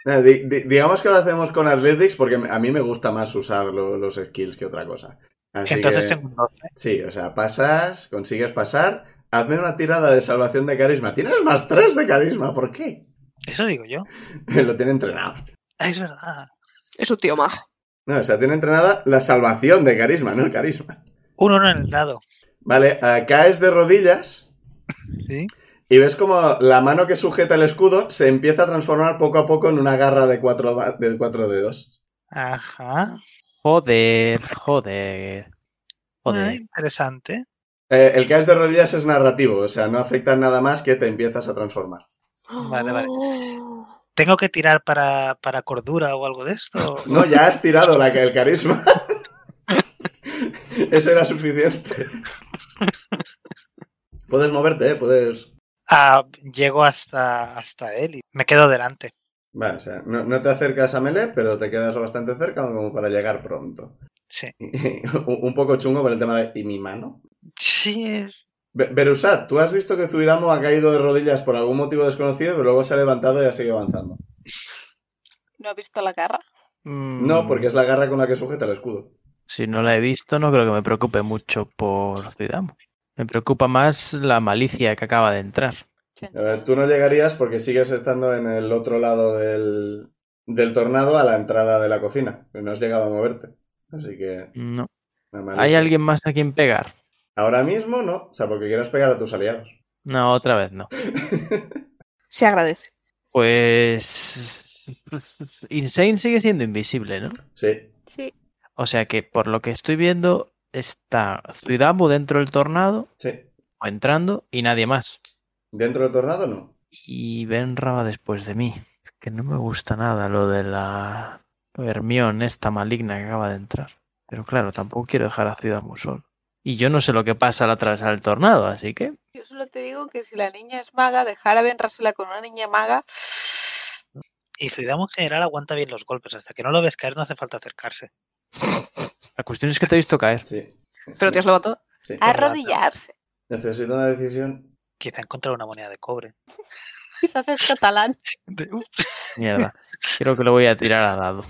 nada, eh, di- di- digamos que lo hacemos con Athletics porque a mí me gusta más usar lo- los skills que otra cosa. Así
Entonces
que-
tengo un 12.
Sí, o sea, pasas, consigues pasar. Hazme una tirada de salvación de carisma. Tienes más tres de carisma, ¿por qué? (laughs)
Eso digo yo.
Lo tiene entrenado.
Ah, Es verdad.
Es un tío majo.
No, o sea, tiene entrenada la salvación de carisma, no el carisma.
Un 1 en el dado.
Vale, eh, caes de rodillas
¿sí?
Y ves como la mano que sujeta el escudo se empieza a transformar poco a poco en una garra de cuatro, ba- de cuatro dedos.
Ajá.
Joder, joder.
Ah,
Joder.
interesante.
Eh, el caes de rodillas es narrativo, o sea, no afecta nada más que te empiezas a transformar.
Vale, vale.
Oh.
¿Tengo que tirar para, para cordura o algo de esto?
No, ya has tirado la, el carisma. (laughs) Eso era suficiente. Puedes moverte, ¿eh? puedes...
Ah, llego hasta, hasta él y me quedo delante.
Vale, o sea, no, no te acercas a Melee, pero te quedas bastante cerca como para llegar pronto.
Sí.
(laughs) Un un poco chungo por el tema de... ¿Y mi mano?
Sí, es-
Be- Berusat, tú has visto que Zuidamo ha caído de rodillas por algún motivo desconocido, pero luego se ha levantado y ha seguido avanzando.
¿No ha visto la garra?
Mm.
No, porque es la garra con la que sujeta el escudo.
Si no la he visto, no creo que me preocupe mucho por Zuidamo. Me preocupa más la malicia que acaba de entrar.
Chan,
A ver,
chan.
tú no llegarías porque sigues estando en el otro lado del, del tornado a la entrada de la cocina. pero No has llegado a moverte. Así que...
No.
nada mal.
¿Hay alguien más a quien pegar?
Ahora mismo no, o sea, porque quieras pegar a tus aliados. (laughs)
No, otra vez no.
Se agradece.
Pues. Insane sigue siendo invisible, ¿no?
Sí.
Sí,
O sea que por lo que estoy viendo, está Zuidamu dentro del tornado
Sí.
o entrando y nadie más.
¿Dentro del tornado no?
Y Benra va después de mí. Es que no me gusta nada lo de la Hermión, esta maligna que acaba de entrar. Pero claro, tampoco quiero dejar a Zuidamu solo. Y yo no sé lo que pasa al atravesar el tornado, así que.
yo solo te digo que si la niña es maga, dejar a Benrasula con una niña maga.
Y Zuidamo en general aguanta bien los golpes. Hasta que no lo ves caer, no hace falta acercarse.
La cuestión es que te he visto caer.
Sí.
Pero te has levantado.
Sí.
Arrodillarse.
Necesito una decisión.
Quizá encontrar una moneda de cobre.
Se hace catalán.
De- uf,
Mierda. Creo que lo voy a tirar a dado.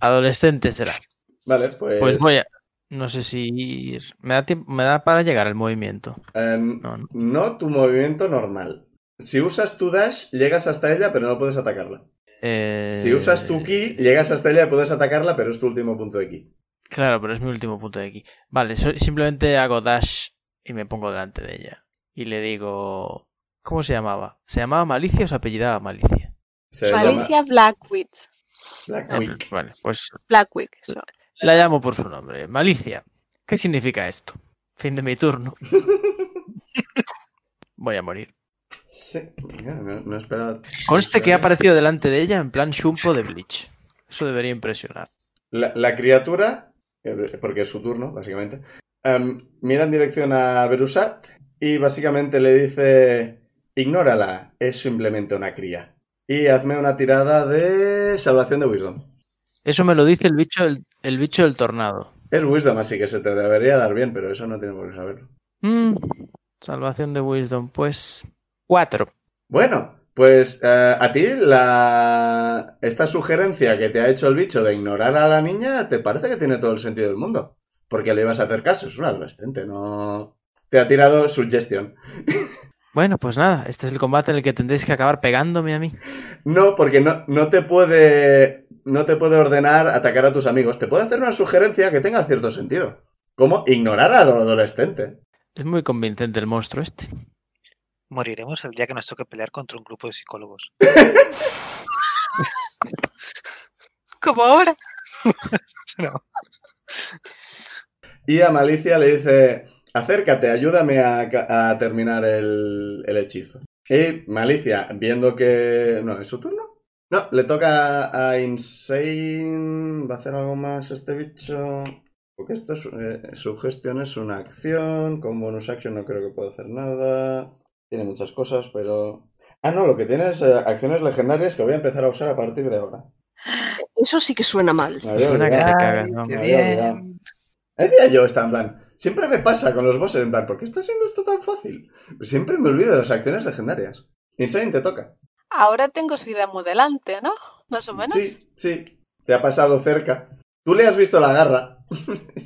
Adolescente será.
Vale, pues...
Pues voy a. No sé si ir. Me da, tiemp- me da para llegar al movimiento.
eh,
No, no.
No tu movimiento normal. Si usas tu dash, llegas hasta ella, pero no puedes atacarla.
Eh,
Si usas tu ki, llegas hasta ella y puedes atacarla, pero es tu último punto de ki.
Claro, pero es mi último punto de aquí. Vale, so- simplemente hago dash y me pongo delante de ella. Y le digo. ¿Cómo se llamaba? ¿Se llamaba Malicia o se apellidaba Malicia?
Se
Malicia Blackwick.
llama
Ah,
Black Wick.
Vale, pues
Blackwick. eso.
la llamo por su nombre. Malicia. ¿Qué significa esto? Fin de mi turno. (laughs) Voy a morir.
Sí, Pues mira, no, no esperaba.
Conste que ha
Vale.
aparecido delante de ella en plan Shumpo de Bleach. Eso debería impresionar.
La, la criatura, eh, porque es su turno, básicamente, em, mira en dirección a Berusat y básicamente le dice: Ignórala, es simplemente una cría. Y hazme una tirada de salvación de Wisdom.
Eso me lo dice el bicho del, el bicho del tornado.
Es Wisdom, así que se te debería dar bien, pero eso no tiene por qué saberlo.
Mm, Salvación de Wisdom, pues. Cuatro.
Bueno, pues eh, a ti la... esta sugerencia que te ha hecho el bicho de ignorar a la niña te parece que tiene todo el sentido del mundo. Porque le ibas a hacer caso, es un adolescente, no... Te ha tirado sugestión.
Bueno, pues nada, este es el combate en el que tendréis que acabar pegándome a mí.
No, porque no, no te puede... No te puede ordenar atacar a tus amigos. Te puede hacer una sugerencia que tenga cierto sentido. Como ignorar al adolescente.
Es muy convincente el monstruo este.
Moriremos el día que nos toque pelear contra un grupo de psicólogos. (laughs)
Como ahora.
No.
Y a Malicia le dice, acércate, ayúdame a, ca- a terminar el, el hechizo. Y Malicia, viendo que... No, ¿es su turno? No, le toca a Insane... ¿Va a hacer algo más este bicho? Porque esto es, eh, su gestión es una acción, con bonus action no creo que pueda hacer nada. Tiene muchas cosas, pero... Ah, no, lo que tiene es eh, acciones legendarias que voy a empezar a usar a partir de ahora.
Eso sí que suena mal.
Me había
Suena que
olvidado.
te cagas, ¿no?
qué
Me había olvidado.
bien.
Decía yo, está en plan. Siempre me pasa con los bosses, en plan, ¿por qué está siendo esto tan fácil? Siempre me olvido de las acciones legendarias. Insane te toca.
Ahora tengo su vida muy delante, ¿no? Más o menos.
Sí, sí. Te ha pasado cerca. Tú le has visto la garra. (laughs)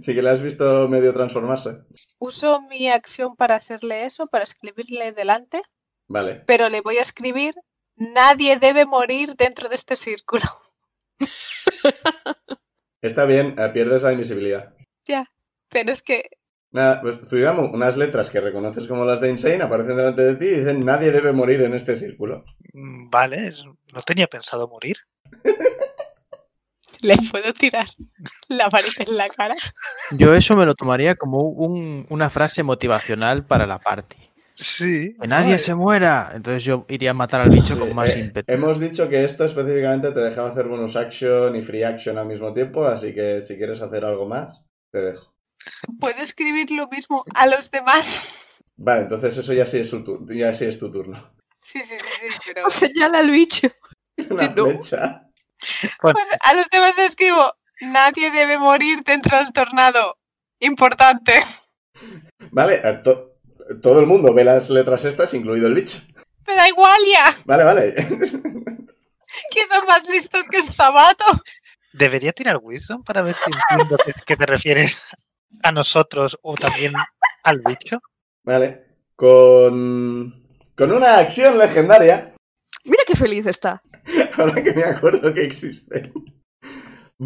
sí que la has visto medio transformarse.
Uso mi acción para hacerle eso, para escribirle delante,
Vale.
pero le voy a escribir, nadie debe morir dentro de este círculo. (laughs)
Está bien, eh, pierdes la invisibilidad.
Pero es que,
Nada, pues Zuidamu, unas letras que reconoces como las de Insane aparecen delante de ti y dicen nadie debe morir en este círculo.
Mm, Vale, es- no tenía pensado morir.
¿le puedo tirar la varita en la cara?
Yo eso me lo tomaría como un- una frase motivacional para la party.
Sí.
Que nadie se muera. Entonces yo iría a matar al bicho con más
Eh,
ímpetu.
Hemos dicho que esto específicamente te dejaba hacer bonus action y free action al mismo tiempo, así que si quieres hacer algo más, te dejo.
¿Puedo escribir lo mismo a los demás? (laughs)
Vale, entonces eso ya sí es, su tu- ya sí es tu turno.
Sí, sí, sí, sí, pero...
No señala el bicho.
Una
No.
flecha.
Bueno,
Pues a los demás escribo, nadie debe morir dentro del tornado. Importante.
Vale, a to- todo el mundo ve las letras estas, incluido el bicho.
Me da igual ya, (laughs)
Vale, vale. (laughs)
que son más listos que el zapato.
debería tirar Wilson para ver si entiendo que, que te refieres (laughs) a nosotros o también al bicho.
vale. Con... Con una acción legendaria,
Mira qué feliz está.
(laughs) ahora que me acuerdo que existe,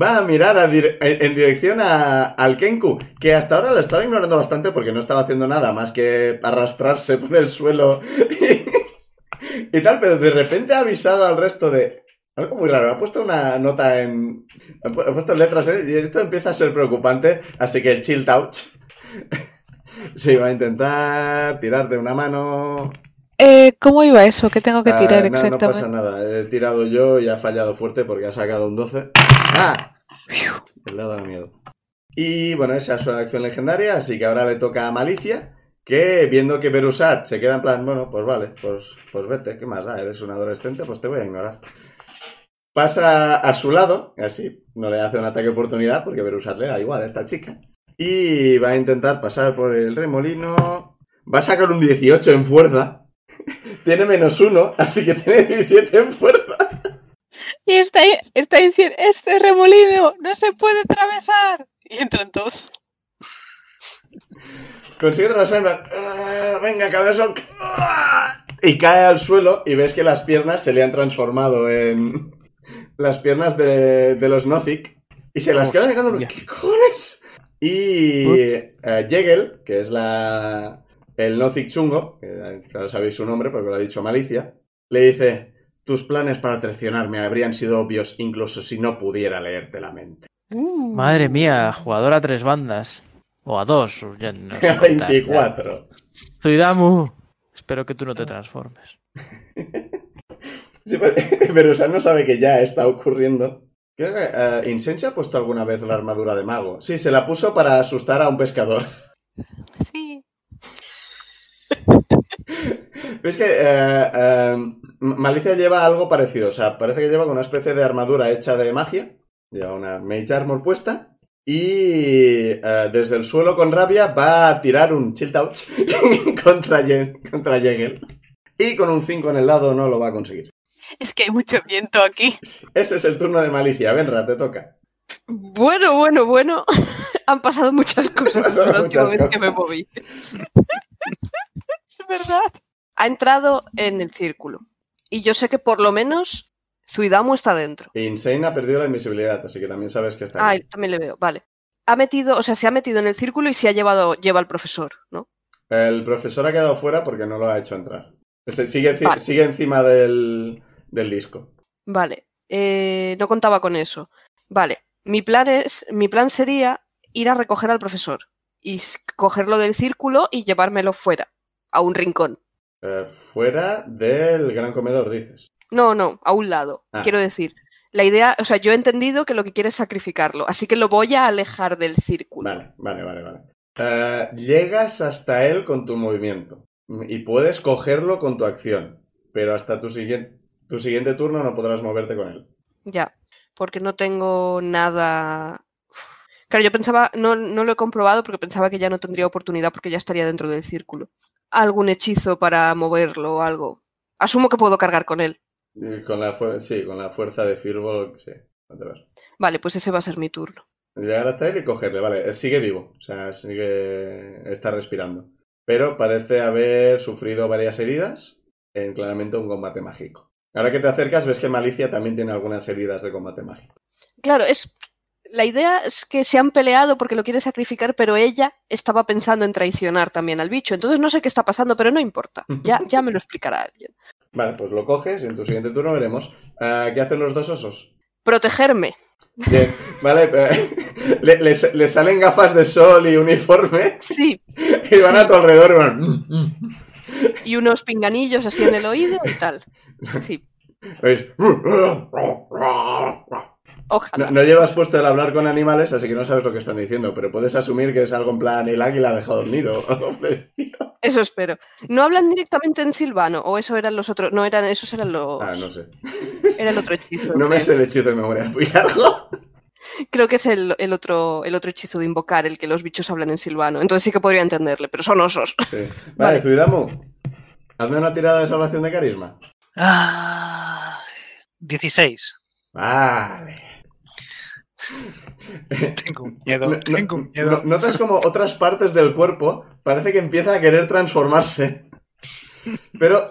va a mirar a dir- en en dirección a, al Kenku, que hasta ahora lo estaba ignorando bastante porque no estaba haciendo nada más que arrastrarse por el suelo y, (laughs) y tal, pero de repente ha avisado al resto de... Algo muy raro, ha puesto una nota en... Ha pu- ha puesto letras en... Y esto empieza a ser preocupante, así que el chill touch... (laughs) Sí, va a intentar tirar de una mano.
Eh, ¿Cómo iba eso? ¿Qué tengo que
Ah,
tirar
no,
exactamente?
No pasa nada, he tirado yo y ha fallado fuerte porque ha sacado un 12. ¡Ah! El dado da miedo. Y bueno, esa es su acción legendaria, así que ahora le toca a Malicia, que viendo que Berusat se queda en plan, bueno, pues vale, pues, pues vete, ¿qué más da? Eres un adolescente, pues te voy a ignorar. Pasa a su lado, así no le hace un ataque de oportunidad porque Berusat le da igual a esta chica. Y va a intentar pasar por el remolino. Va a sacar un 18 en fuerza. Tiene menos uno, (laughs) así que tiene 17 en fuerza.
Y está, ahí- está diciendo, este remolino no se puede atravesar. Y entran todos.
Consigue atravesar en plan, "Ah, Venga, cabezón. ah", Y cae al suelo y ves que las piernas se le han transformado en. (laughs) Las piernas de, de los Nozick. Y se las queda mirando.
Hostia.
¿Qué cojones? Y.
Ups.
eh, Yegel, que es la. El Nozick chungo, que eh, claro sabéis su nombre porque lo ha dicho Malicia, le dice: Tus planes para traicionarme habrían sido obvios incluso si no pudiera leerte la mente. (laughs)
Madre mía, jugador a tres bandas. O a dos. ya no
(laughs)
sé contar.
24.
Zuidamu, espero que tú no te transformes.
Sí, pero, (laughs) pero Usan no sabe que ya está ocurriendo. Creo que eh, Insane se ha puesto alguna vez la armadura de mago. Sí, se la puso para asustar a un pescador. (laughs)
Sí.
Es que eh, eh, Malicia lleva algo parecido. O sea, parece que lleva con una especie de armadura hecha de magia. Lleva una Mage Armor puesta. Y eh, desde el suelo con rabia va a tirar un Chill Touch (laughs) contra, Ye- contra Yegel. Y con un 5 en el lado no lo va a conseguir.
Es que hay mucho viento aquí.
Ese es el turno de Malicia. Benra, te toca.
Bueno, bueno, bueno. (laughs) Han pasado muchas cosas
pasado
desde la última
muchas
vez que me
cosas.
moví.
Es verdad.
Ha entrado en el círculo. Y yo sé que por lo menos Zuidamu está dentro.
Insane ha perdido la invisibilidad, así que también sabes que está
Ah,
ahí.
él también le veo, vale. Ha metido, o sea, se ha metido en el círculo y se ha llevado, lleva al profesor, ¿no?
El profesor ha quedado fuera porque no lo ha hecho entrar. Este, sigue, enci-
Vale.
sigue encima del, del disco.
Vale, eh, no contaba con eso. Vale, mi plan es, mi plan sería ir a recoger al profesor y s- cogerlo del círculo y llevármelo fuera, a un rincón.
Eh, fuera del gran comedor, dices.
No, no, a un lado,
Ah.
quiero decir. La idea, o sea, yo he entendido que lo que quiere es sacrificarlo, así que lo voy a alejar del círculo.
Vale, vale, vale, vale. Eh, llegas hasta él con tu movimiento y puedes cogerlo con tu acción, pero hasta tu siguiente, tu siguiente turno no podrás moverte con él.
Ya, porque no tengo nada. Uf. Claro, yo pensaba, no, no lo he comprobado porque pensaba que ya no tendría oportunidad porque ya estaría dentro del círculo. Algún hechizo para moverlo o algo. Asumo que puedo cargar con él.
Y Con la, fu- sí, con la fuerza de Firbolg, sí. no te vas.
Vale, pues ese va a ser mi turno.
Llegar hasta él y cogerle, vale, eh, sigue vivo, o sea, sigue, está respirando. Pero parece haber sufrido varias heridas en claramente un combate mágico. Ahora que te acercas, ves que Malicia también tiene algunas heridas de combate mágico.
Claro, es. La idea es que se han peleado porque lo quiere sacrificar, pero ella estaba pensando en traicionar también al bicho. Entonces no sé qué está pasando, pero no importa. Ya, ya me lo explicará alguien.
Vale, pues lo coges y en tu siguiente turno veremos ah, qué hacen los dos osos.
Protegerme.
(laughs) Bien, vale, eh, le, le sa- le salen gafas de sol y uniforme (laughs)
Sí.
y van a tu alrededor y van, "Mm, mm".
Y unos pinganillos así en el oído y tal. Sí.
Oís,
Ojalá.
No, no llevas puesto el hablar con animales, así que no sabes lo que están diciendo, pero puedes asumir que es algo en plan el águila ha dejado el nido. (laughs) o algo por el estilo.
Eso espero. ¿No hablan directamente en silvano? ¿O eso eran los otros? No, eran, esos eran los.
ah, no sé.
Era el otro
Pues
hechizo.
No me
eh.
sé el hechizo de memoria muy
(laughs)
largo.
Creo que es el, el otro, el otro hechizo de invocar, el que los bichos hablan en silvano. Entonces sí que podría entenderle, pero son osos.
Sí. Vale,
Vale.
Zuidamu, hazme una tirada de salvación de carisma.
Ah, 16.
Vale.
Tengo
(laughs)
un miedo,
No- no-
tengo un miedo.
no- notas como otras partes del cuerpo parece que empiezan a
(laughs)
querer transformarse. Pero eh,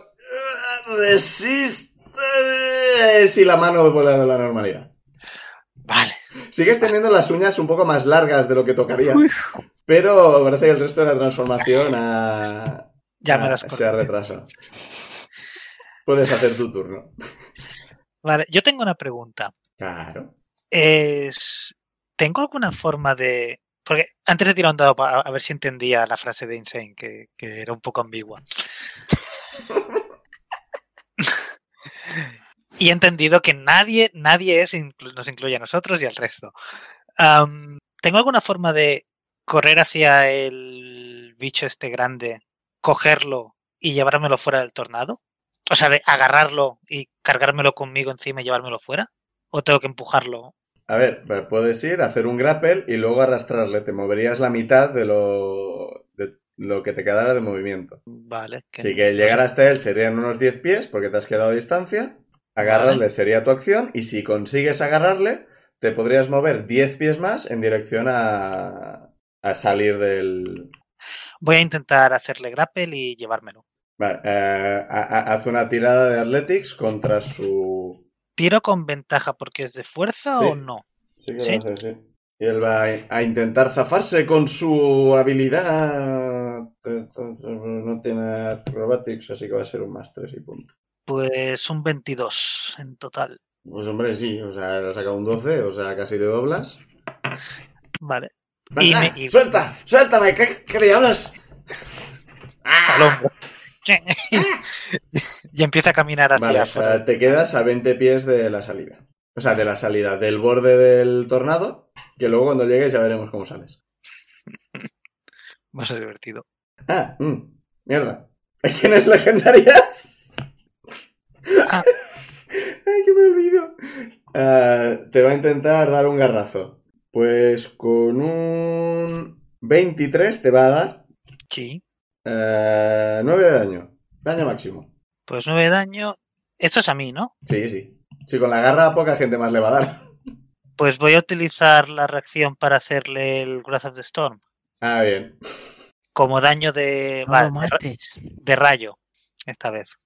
resistes y la mano vuelve a la normalidad.
Vale.
Sigues teniendo las uñas un poco más largas de lo que tocaría. Pero parece que el resto de la transformación ha-
Ya me
ha-
das
se ha retrasado. Puedes hacer tu turno.
Vale, yo tengo una pregunta.
Claro.
Es, ¿Tengo alguna forma de...? Porque antes he tirado un dado para a ver si entendía la frase de Insane, que, que era un poco ambigua. y he entendido que nadie, nadie es, inclu- nos incluye a nosotros y al resto. Am, ¿Tengo alguna forma de correr hacia el bicho este grande, cogerlo y llevármelo fuera del tornado? O sea, de agarrarlo y cargármelo conmigo encima y llevármelo fuera. ¿O tengo que empujarlo?
A ver, pues puedes ir, hacer un grapple y luego arrastrarle. Te moverías la mitad de lo, de lo que te quedara de movimiento.
Vale. que-
Así que llegar hasta él serían unos 10 pies porque te has quedado a distancia. Agarrarle
Vale.
sería tu acción y si consigues agarrarle, te podrías mover 10 pies más en dirección a, a salir del...
Voy a intentar hacerle grapple y llevármelo.
Vale, eh, ha- ha- haz una tirada de Athletics contra su...
¿Tiro con ventaja porque es de fuerza
Sí.
o no?
Sí, que
¿Sí?
lo hace, sí. Y él va a- a intentar zafarse con su habilidad... No tiene acrobatics, así que va a ser un más 3 y punto.
Pues un 22 en total.
Pues hombre, sí, o sea, le ha sacado un 12, o sea, casi le doblas.
Vale. Y me- y-
Ah, ¡Suelta! ¡Suéltame! ¿Qué, qué le hablas?
Al hombro. y empieza a caminar hacia
Vale, o
afuera.
sea, te quedas a 20 pies de la salida. O sea, de la salida, del borde del tornado, que luego cuando llegues ya veremos cómo sales.
Va a ser divertido.
Ah, mm, mierda. (laughs) ¿Tienes legendarias?
Ah.
(laughs) Ay, que me olvido. Ah, te va a intentar dar un garrazo. Pues con un 23 te va a dar.
Sí.
Eh, 9 de daño. Daño máximo.
Pues 9 de daño. Esto es a mí, ¿no?
Sí, sí. Si con la garra poca gente más le va a dar.
Pues voy a utilizar la reacción para hacerle el Wrath of the Storm.
Ah, bien.
Como daño de,
No
va,
lo
de ra-
mates.
de rayo. Esta vez.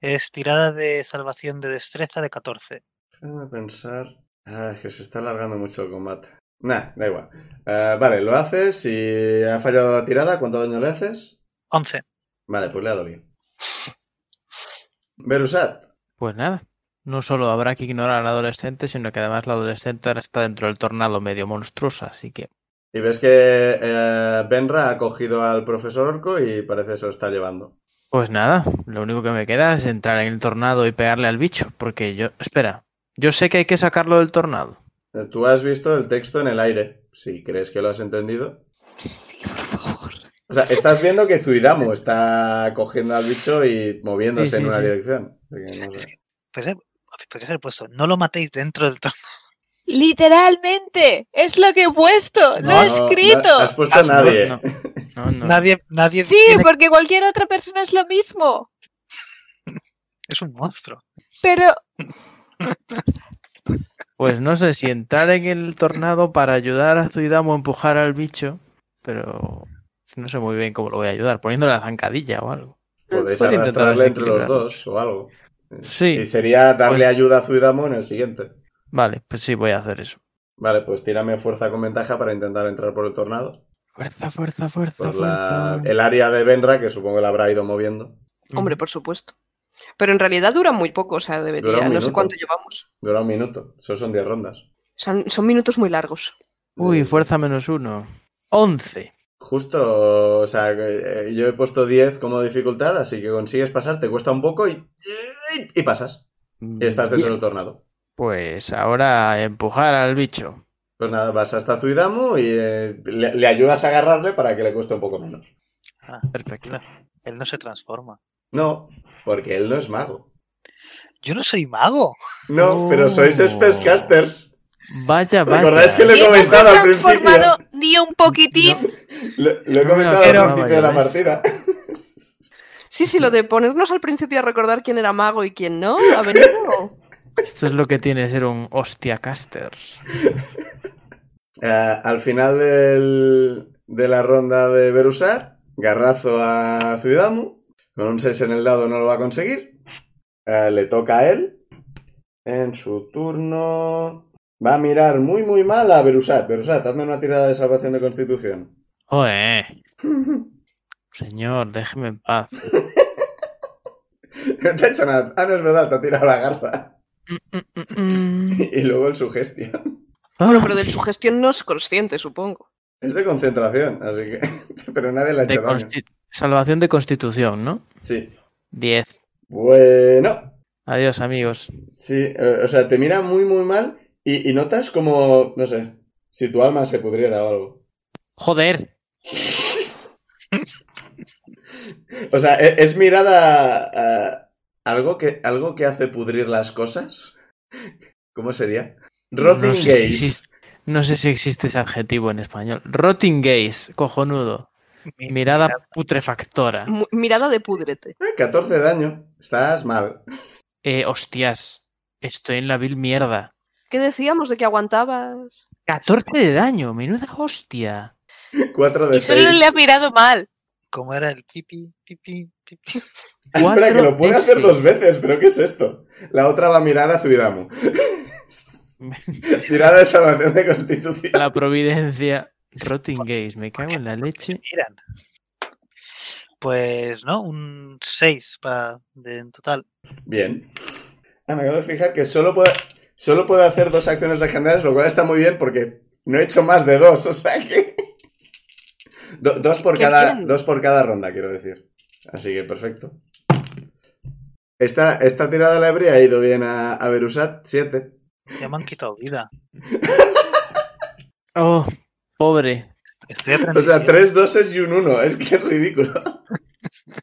Es tirada de salvación de destreza de 14.
Déjame pensar. Ah, es que se está alargando mucho el combate. Nah, da igual. Eh, vale, lo haces. Si ha fallado la tirada, ¿cuánto daño le haces?
11.
Vale, pues le ha dolido. Berusat.
Pues nada. No solo habrá que ignorar al adolescente, sino que además la adolescente ahora está dentro del tornado medio monstruosa, así que
Y ves que eh, Benra ha cogido al profesor Orco y parece que se lo está llevando.
Pues nada, lo único que me queda es entrar en el tornado y pegarle al bicho, porque yo, espera, Yo sé que hay que sacarlo del tornado.
Eh, Tú has visto el texto en el aire, si crees que lo has entendido.
Sí, por favor.
O sea, estás viendo que Zuidamo está cogiendo al bicho y moviéndose
Sí, sí,
en una
sí.
dirección. Así que no sé.
Pues Es que, podría- podría haber puesto, no lo matéis dentro del torneo.
Literalmente, es lo que he puesto, lo he
No, no,
escrito.
no has puesto a nadie.
Ah, No, no, no.
Nadie, nadie
Sí,
tiene-
porque cualquier otra persona es lo mismo.
es un monstruo.
Pero
Pues no sé si entrar en el tornado para ayudar a Zuidamo a empujar al bicho, pero no sé muy bien cómo lo voy a ayudar, poniéndole la zancadilla o algo.
Podéis
Pueden intentar
arrastrarle entre los
desequilibrarlo.
dos o algo.
Sí,
Y sería darle
Pues-
ayuda a Zuidamo en el siguiente.
vale, pues sí, voy a hacer eso.
Vale, pues tírame fuerza con ventaja para intentar entrar por el tornado.
Fuerza, fuerza, fuerza,
Por la-
fuerza.
el área de Benra, que supongo que la habrá ido moviendo.
Hombre, por supuesto. Pero en realidad dura muy poco, o sea,
Dura
debería.
un
No sé
minuto.
cuánto llevamos.
Dura un minuto. Eso son 10 rondas.
Son, son minutos muy largos.
Uy,
Eh,
fuerza menos uno. Once.
Justo, o sea, eh, yo he puesto 10 como dificultad, así que consigues pasar, te cuesta un poco y, y pasas. Y estás dentro del
Bien.
tornado.
Pues ahora empujar al bicho.
Pues nada, vas hasta Zuidamu y eh, le, le ayudas a agarrarle para que le cueste un poco menos.
Ah,
Perfecto.
él no se transforma.
No, porque él no es mago.
Yo no soy mago.
No, pero sois
Oh.
spellcasters.
Vaya, vaya.
¿Recordáis que le he
¿quién no se ha
comentado al
transformado
principio?
ni un poquitín?
Lo, lo he
No me
comentado
acordaba,
al principio de la
ya ves.
partida.
Sí, sí, lo de ponernos al principio a recordar quién era mago y quién no, ha venido.
Esto es lo que tiene ser un hostia caster.
Eh, al final del- de la ronda de Berusar, garrazo a Zuidamu. Con un 6 en el dado no lo va a conseguir. Eh, le toca a él. En su turno. Va a mirar muy, muy mal a Berusat. Berusat, hazme una tirada de salvación de constitución. (laughs)
Joder, señor, déjeme en paz.
No te ha hecho nada. Ah, no es verdad, te ha tirado la garra.
Mm,
(laughs) Y luego el sugestión. (laughs)
Bueno, pero de su gestión no es consciente, supongo.
Es de concentración, así que. (laughs) Pero nadie le ha
De
hecho daño.
consti- Salvación de constitución, ¿no?
Sí.
10.
Bueno.
Adiós, amigos.
Sí, eh, o sea, te mira muy, muy mal y, y notas como, no sé, si tu alma se pudriera o algo.
Joder.
O sea, e- es, mirada eh, algo, que, algo que hace pudrir las cosas. ¿Cómo sería? Rotting
No sé si
gaze.
existe. No sé si existe ese adjetivo en español. Rotting gaze, cojonudo.
Mi-
Mirada putrefactora.
Mu- Mirada de púdrete.
Eh, 14 daño. Estás mal.
Eh, hostias. Estoy en la vil mierda.
¿Qué decíamos de que aguantabas?
14 de daño, menuda hostia.
4 de
Y solo le ha
6.
mirado mal.
¿Cómo era el pipi, pipi, pipi?
Espera, que
cuatro
lo puede
de
hacer dos
seis.
veces, pero ¿qué es esto? La otra va a mirar a
(laughs)
Zuidamu. Tirada de salvación de constitución.
La providencia. Rotting gaze, me cago en la leche.
Miran. Pues no, un 6 pa- de- en total.
Bien. Ah, me acabo de fijar que solo puedo, solo puedo hacer dos acciones legendarias, lo cual está muy bien porque no he hecho más de dos, (laughs) o sea que... Do- dos, por
Qué
cada,
bien.
dos por cada ronda, quiero decir. Así que perfecto. Esta, esta tirada la habría ido bien a, a Berusat, 7.
Ya me han quitado vida.
Oh, pobre.
Estoy a
O sea,
37.
tres doses y un 1, es que es ridículo.
Yo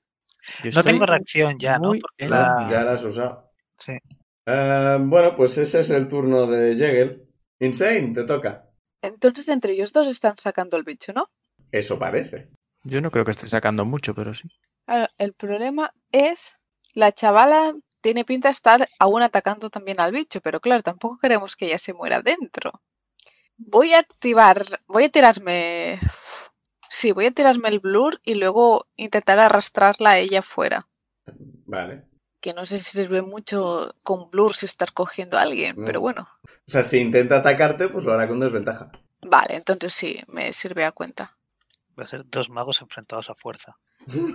No
estoy-
tengo reacción ya, ¿no?
muy
Porque la-
Ya la has usado.
Sí.
Eh, bueno, pues ese es el turno de Jegel. Insane, te toca.
Entonces entre ellos dos están sacando el bicho, ¿no?
Eso parece.
Yo no creo que esté sacando mucho, pero sí.
Ahora, El problema es la chavala tiene pinta de estar aún atacando también al bicho, pero claro, tampoco queremos que ella se muera dentro. Voy a activar, voy a tirarme... Sí, voy a tirarme el blur y luego intentar arrastrarla a ella fuera.
Vale.
Que no sé si sirve mucho con blur si estás cogiendo a alguien,
No.
pero bueno.
O sea, si intenta atacarte, pues lo hará con
(laughs)
desventaja.
Vale, entonces sí, me sirve a cuenta. (laughs)
Va a ser dos magos enfrentados a fuerza.
Dos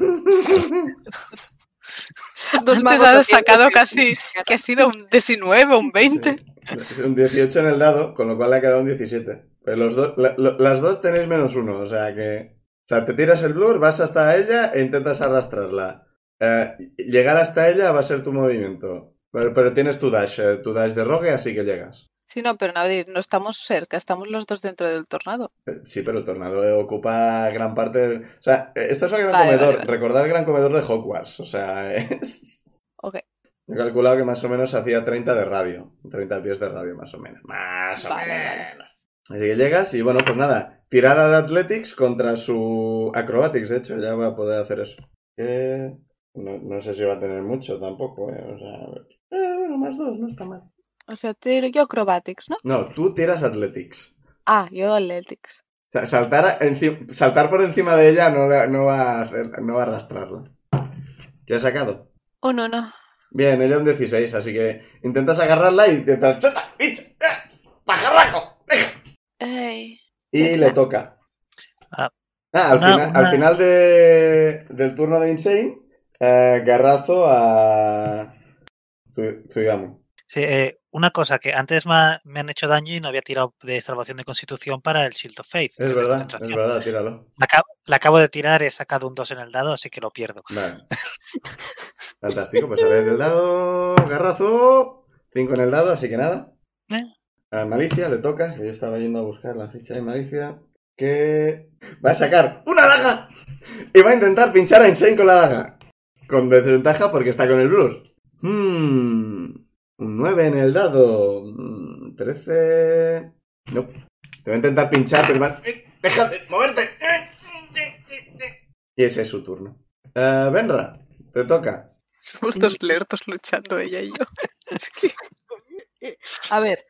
Antes
magos
has
haciendo
sacado
que-
casi que ha sido un 19, un 20.
Es un 18 en el dado, con lo cual le ha quedado un 17. Pues los dos- la- lo- las dos tenéis menos uno, o sea que... O sea, te tiras el blur, vas hasta ella e intentas arrastrarla. Eh, llegar hasta ella va a ser tu movimiento. Pero, pero tienes tu dash, eh, tu dash de rogue, así que llegas.
Sí, no, pero Nadir, no estamos cerca, estamos los dos dentro del tornado.
Eh, Sí, pero el tornado eh, ocupa gran parte. del- O sea, eh, esto es el gran
Vale,
comedor.
vale, vale.
Recordad el gran comedor de Hogwarts. O sea, (laughs) es-
Ok,
Yo he calculado que más o menos hacía 30 de radio. 30 pies de radio, más o menos. Más o
Vale, vale.
menos. Así que llegas y bueno, pues nada. Tirada de Athletics contra su Acrobatics, de hecho, ya va a poder hacer eso. Eh, no, no sé si va a tener mucho tampoco, eh, O sea, eh, bueno, más dos, no está mal.
o sea, tiro yo acrobatics, ¿no?
No, tú tiras Athletics.
Ah, yo athletics.
O sea, saltar, a- enci- saltar por encima de ella no, la- no, va a hacer- no va a arrastrarla. ¿Qué has sacado?
Oh, no, no.
Bien, ella un 16, así que intentas agarrarla y te entras, ¡Chata! ¡Bicha! ¡Ah! ¡Pajarraco!
(laughs) Ey.
(laughs)
Y le toca.
Ah.
Ah, al,
Una-
fina- al
una-
final de- del turno de Insane, eh, garrazo a. Zu- Zuidamu.
Sí, eh, una cosa que antes ma- me han hecho daño y no había tirado de salvación de constitución para el Shield of Faith. que
Es
de
verdad, es
concentración.
verdad, tíralo.
La acabo, la acabo de tirar, he sacado un 2 en el dado, así que lo pierdo.
Vale. Fantástico, pues a ver el dado. Garrazo. 5 en el dado, así que nada.
Eh.
A Malicia le toca, que yo estaba yendo a buscar la ficha de Malicia. Que. Va a sacar una daga. Y va a intentar pinchar a Insane con la daga. Con desventaja porque está con el blur. Hmm. Un 9 en el dado. Mm, 13. No. Te va a intentar pinchar, pero va. ¡Eh! ¡Deja de moverte! ¡Eh! ¡Eh! ¡Eh! ¡Eh! Y ese es su turno. Eh, Benra, te toca.
Somos dos lertos luchando ella y yo. Es que-
A ver,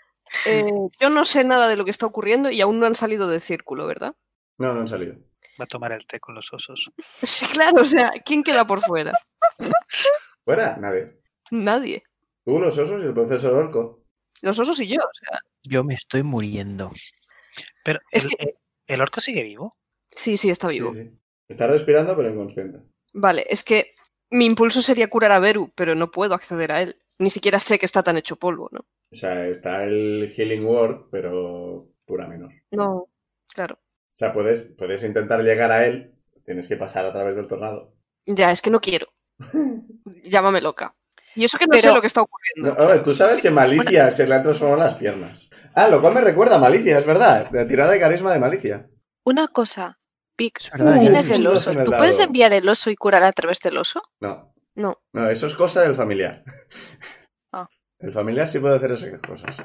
eh, yo no sé nada de lo que está ocurriendo y aún no han salido del círculo, ¿verdad? (laughs)
No, no han salido.
Va a tomar el té con los osos.
Sí, claro, o sea, ¿quién queda por fuera?
Fuera, nadie.
Nadie.
Tú, los osos y el profesor Orco.
Los osos y yo. o sea,
Yo me estoy muriendo.
Pero
Es
el, el- el orco sigue vivo.
sí, sí, está
Sí,
vivo.
sí. Está respirando, pero inconsciente.
Vale, es que mi impulso sería curar a Beru, pero no puedo acceder a él. Ni siquiera sé que está tan hecho polvo, ¿no?
O sea, está el Healing Word, pero pura menos.
No. Claro.
O sea, puedes, puedes intentar llegar a él. Tienes que pasar a través del tornado.
Ya, es que no quiero. Llámame loca. Y eso que no sé
Pero-
lo que está
No,
ocurriendo.
a ver, tú sabes que Malicia se le han transformado las piernas. Ah, lo cual me recuerda a Malicia, es verdad. La tirada de carisma de Malicia.
Una cosa, Vic,
Es
tú
verdad, ya
tienes
no
el
estás
oso.
en el
¿Tú puedes
dado.
enviar el oso y curar a través del oso?
No, ah,
No.
no, eso es cosa del familiar.
Ah.
El familiar sí puede hacer esas cosas.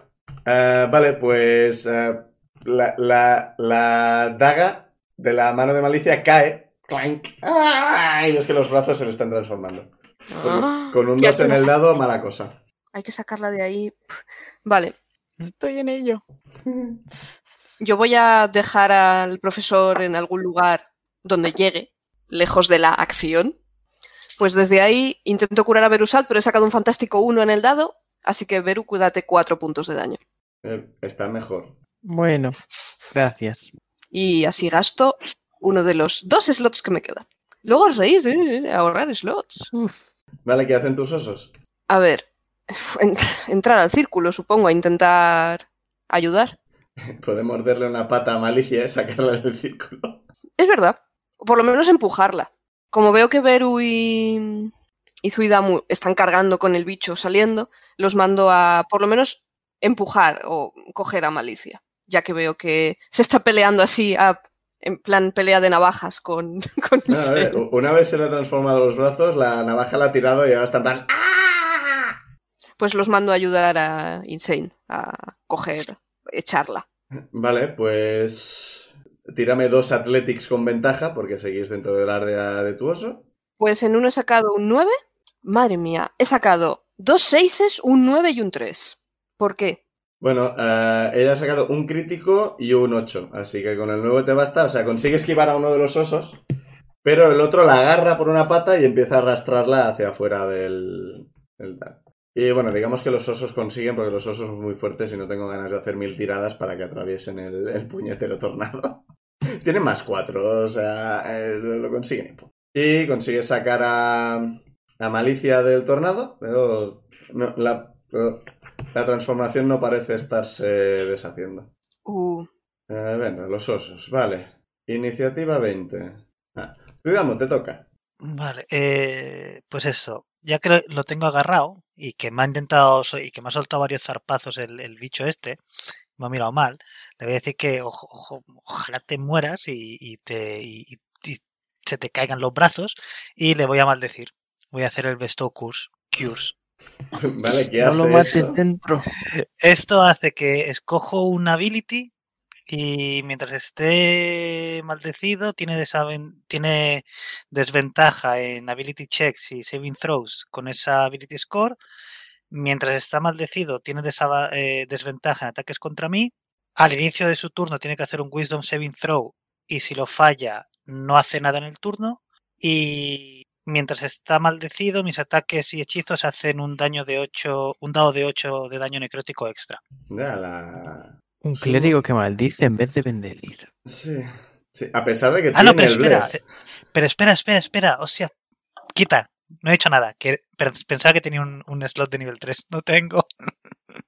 Ah, vale, pues eh, la, la- la daga de la mano de Malicia cae. ¡Clank! ¡Ah! Y es que los brazos se le están transformando.
Ah,
Con, con un
ya
2 en
tenemos-
el dado, mala cosa. (laughs)
Hay que sacarla de ahí. Vale.
Estoy en ello.
Yo voy a dejar al profesor en algún lugar donde llegue, lejos de la acción. Pues desde ahí intento curar a Berusat, pero he sacado un fantástico 1 en el dado, así que Beru, cuídate 4 puntos de daño.
Eh, está mejor.
Bueno, gracias.
Y así gasto uno de los dos slots que me quedan. Luego os reís, ¿eh? ahorrar slots.
Uf.
Vale, ¿qué hacen tus osos?
A ver, (laughs) en- entrar al círculo, supongo, a intentar ayudar.
Puede morderle una pata a Malicia y sacarla del círculo.
Es verdad. O por lo menos empujarla. Como veo que Beru y, y Zuidamu están cargando con el bicho saliendo, los mando a por lo menos empujar o coger a Malicia. Ya que veo que se está peleando así, a- en plan pelea de navajas con, (laughs) con
No, a ver,
Insane.
u- una vez se le ha transformado los brazos, la navaja la ha tirado y ahora está en plan. "Ah".
Pues los mando a ayudar a Insane a coger, echarla.
Vale, pues. Tírame dos Athletics con ventaja, porque seguís dentro del área de tu oso.
Pues en uno he sacado un 9. Madre mía, he sacado dos seises, un 9 y un 3. ¿Por qué?
Bueno, eh, ella ha sacado un crítico y un 8, así que con el nuevo te basta. O sea, consigue esquivar a uno de los osos, pero el otro la agarra por una pata y empieza a arrastrarla hacia afuera del, del tal. Y bueno, digamos que los osos consiguen, porque los osos son muy fuertes y no tengo ganas de hacer mil tiradas para que atraviesen el, el puñetero tornado. (laughs) Tienen más cuatro, o sea, eh, lo lo consiguen. Y consigue sacar a, a Malicia del tornado, pero no, la, pero la transformación no parece estarse deshaciendo.
Uh,
Eh, venga, los osos, vale. Iniciativa 20. Ah, Zuidamo, te toca. (laughs)
Vale, eh, pues eso. Ya que lo, lo tengo agarrado, y que me ha intentado so- y que me ha soltado varios zarpazos el, el bicho este, me ha mirado mal, le voy a decir que ojo, ojo, ojalá te mueras y, y te y- y- y se te caigan los brazos y le voy a maldecir. Voy a hacer el bestow curse, cures.
Vale, ¿qué
No
hace
lo mates
eso?
dentro.
Esto hace que escojo un ability y mientras esté maldecido tiene, desaven- tiene desventaja en ability checks y saving throws con esa ability score. Mientras está maldecido tiene desava- eh, desventaja en ataques contra mí. Al inicio de su turno tiene que hacer un wisdom saving throw y si lo falla no hace nada en el turno. Y mientras está maldecido, mis ataques y hechizos hacen un daño de 8, un dado de 8 de daño necrótico extra.
Ya, la-
Un
Sí.
clérigo que maldice en vez de bendecir.
Sí. sí, A pesar de que
Ah,
tiene
no, pero
el
espera,
bless.
eh, Pero espera, espera, espera, o sea, quita, no he hecho nada, que per- pensaba que tenía un, un slot de nivel 3, no tengo. (laughs)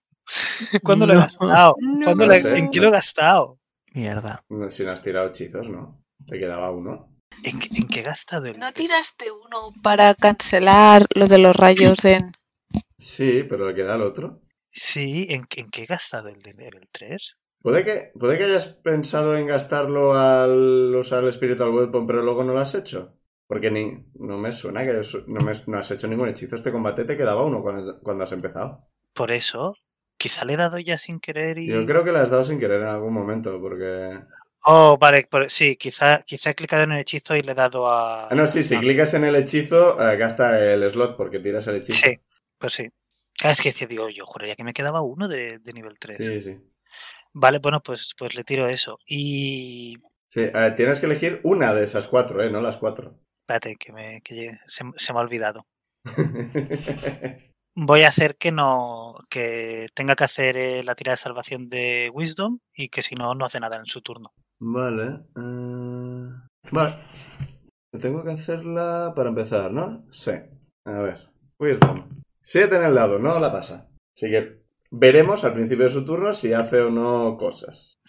¿Cuándo lo he
No.
gastado?
No.
¿Cuándo
No
lo he-
sé,
¿En
no.
qué lo he gastado?
Mierda.
No, Si no has tirado hechizos, ¿no? Te quedaba uno.
¿En, qué- en qué he gastado el-
¿No tiraste uno para cancelar lo de los rayos en...?
Sí, pero le queda el otro.
Sí, ¿en, qué- en qué he gastado el de nivel 3?
Puede que, puede que hayas pensado en gastarlo al usar el Spiritual Weapon, pero luego no lo has hecho. Porque ni, no me suena que es- no, me- no has hecho ningún hechizo. Este combate te quedaba uno cuando, cuando has empezado.
Por eso, quizá le he dado ya sin querer y...
Yo creo que le has dado sin querer en algún momento, porque...
Oh, vale, por- sí, quizá, quizá he clicado en el hechizo y le he dado a...
Ah, no, sí, si
a-
clicas en el hechizo, eh, gasta el slot porque tiras el hechizo.
Sí, pues sí. Ah, Es que decía, digo, yo juraría que me quedaba uno de, de nivel 3.
Sí, sí.
Vale, bueno, pues, pues le tiro eso. Y.
Sí, eh, tienes que elegir una de esas cuatro, ¿eh? No las cuatro.
Espérate, que, me, que llegue- se, se me ha olvidado. Voy a hacer que no. que tenga que hacer eh, la tira de salvación de Wisdom y que si no, no hace nada en su turno.
(laughs) Vale. eh, Vale. Tengo que hacerla para empezar, ¿no? Sí. A ver. Wisdom. Siete en el lado, no la pasa. Así que veremos al principio de su turno si hace o no cosas.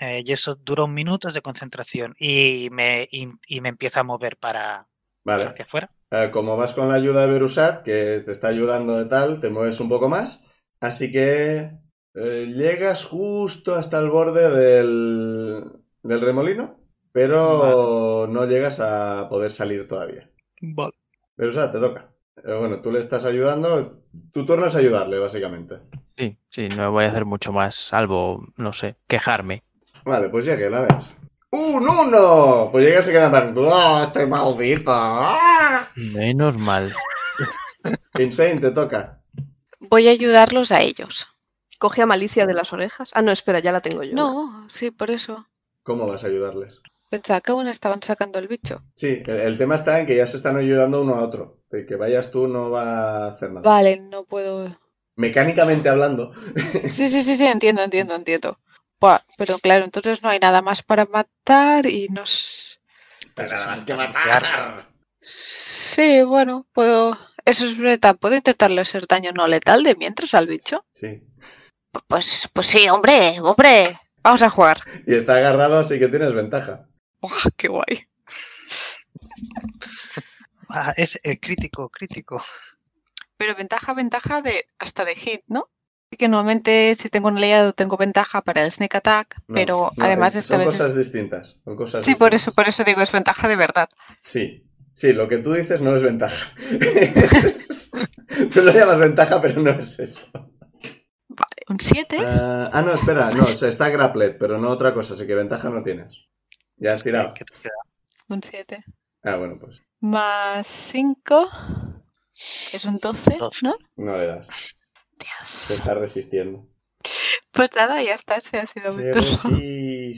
Eh, y eso dura un minuto es de concentración y me, y, y me empieza a mover para
Vale.
hacia afuera.
Eh, como vas con la ayuda de Berusat, que te está ayudando de tal, te mueves un poco más. Así que eh, llegas justo hasta el borde del, del remolino, pero no llegas a poder salir todavía.
Vale.
Berusat, te toca. Eh, bueno, tú le estás ayudando. Tu turno es ayudarle, básicamente.
Sí, sí, no voy a hacer mucho más, salvo, no sé, quejarme.
Vale, pues llegué, la ves. ¡Un uno! Pues llega y se queda en plan, ¡Oh, estoy maldito! ¡Ah!
Menos mal.
Insane, te toca.
Voy a ayudarlos a ellos.
Coge a Malicia de las orejas. Ah, no, espera, ya la tengo yo.
No, sí, por eso.
¿Cómo vas a ayudarles?
Pensaba que aún estaban sacando el bicho.
Sí, el, el tema está en que ya se están ayudando uno a otro. De que vayas tú no va a hacer nada.
Vale, no puedo...
Mecánicamente hablando.
Sí, sí, sí, sí, entiendo, entiendo, entiendo. Buah, pero claro, entonces no hay nada más para matar y nos...
Tendrás que
Sí, bueno, puedo... Eso es verdad, puedo intentarle hacer daño no letal de mientras al bicho.
Sí.
Pu- Pues, pues sí, hombre, hombre. Vamos a jugar.
Y está agarrado, así que tienes ventaja.
Buah, qué guay.
Ah, es el crítico, crítico.
Pero ventaja, ventaja de hasta de hit, ¿no? Así que normalmente si tengo un aliado tengo ventaja para el sneak attack,
No,
pero
no,
además
es-
esta
son
vez... es-
cosas distintas. Son cosas
Sí, por
distintas.
eso, por eso digo, es ventaja de verdad.
Sí. Sí, lo que tú dices no es ventaja. (laughs) tú lo llamas ventaja, pero no es eso.
Vale, un 7.
Ah, ah, no, espera. No, se está grapplet, pero no otra cosa. Así que ventaja no tienes. Ya has tirado.
¿Qué- qué te queda?
Un 7.
Ah, bueno, pues
Más 5. Es un 12,
Doce.
¿no?
no le das. Se
Dios.
está resistiendo.
Pues nada, ya está, se ha sido mi
Se
turno.
(laughs)
resiste.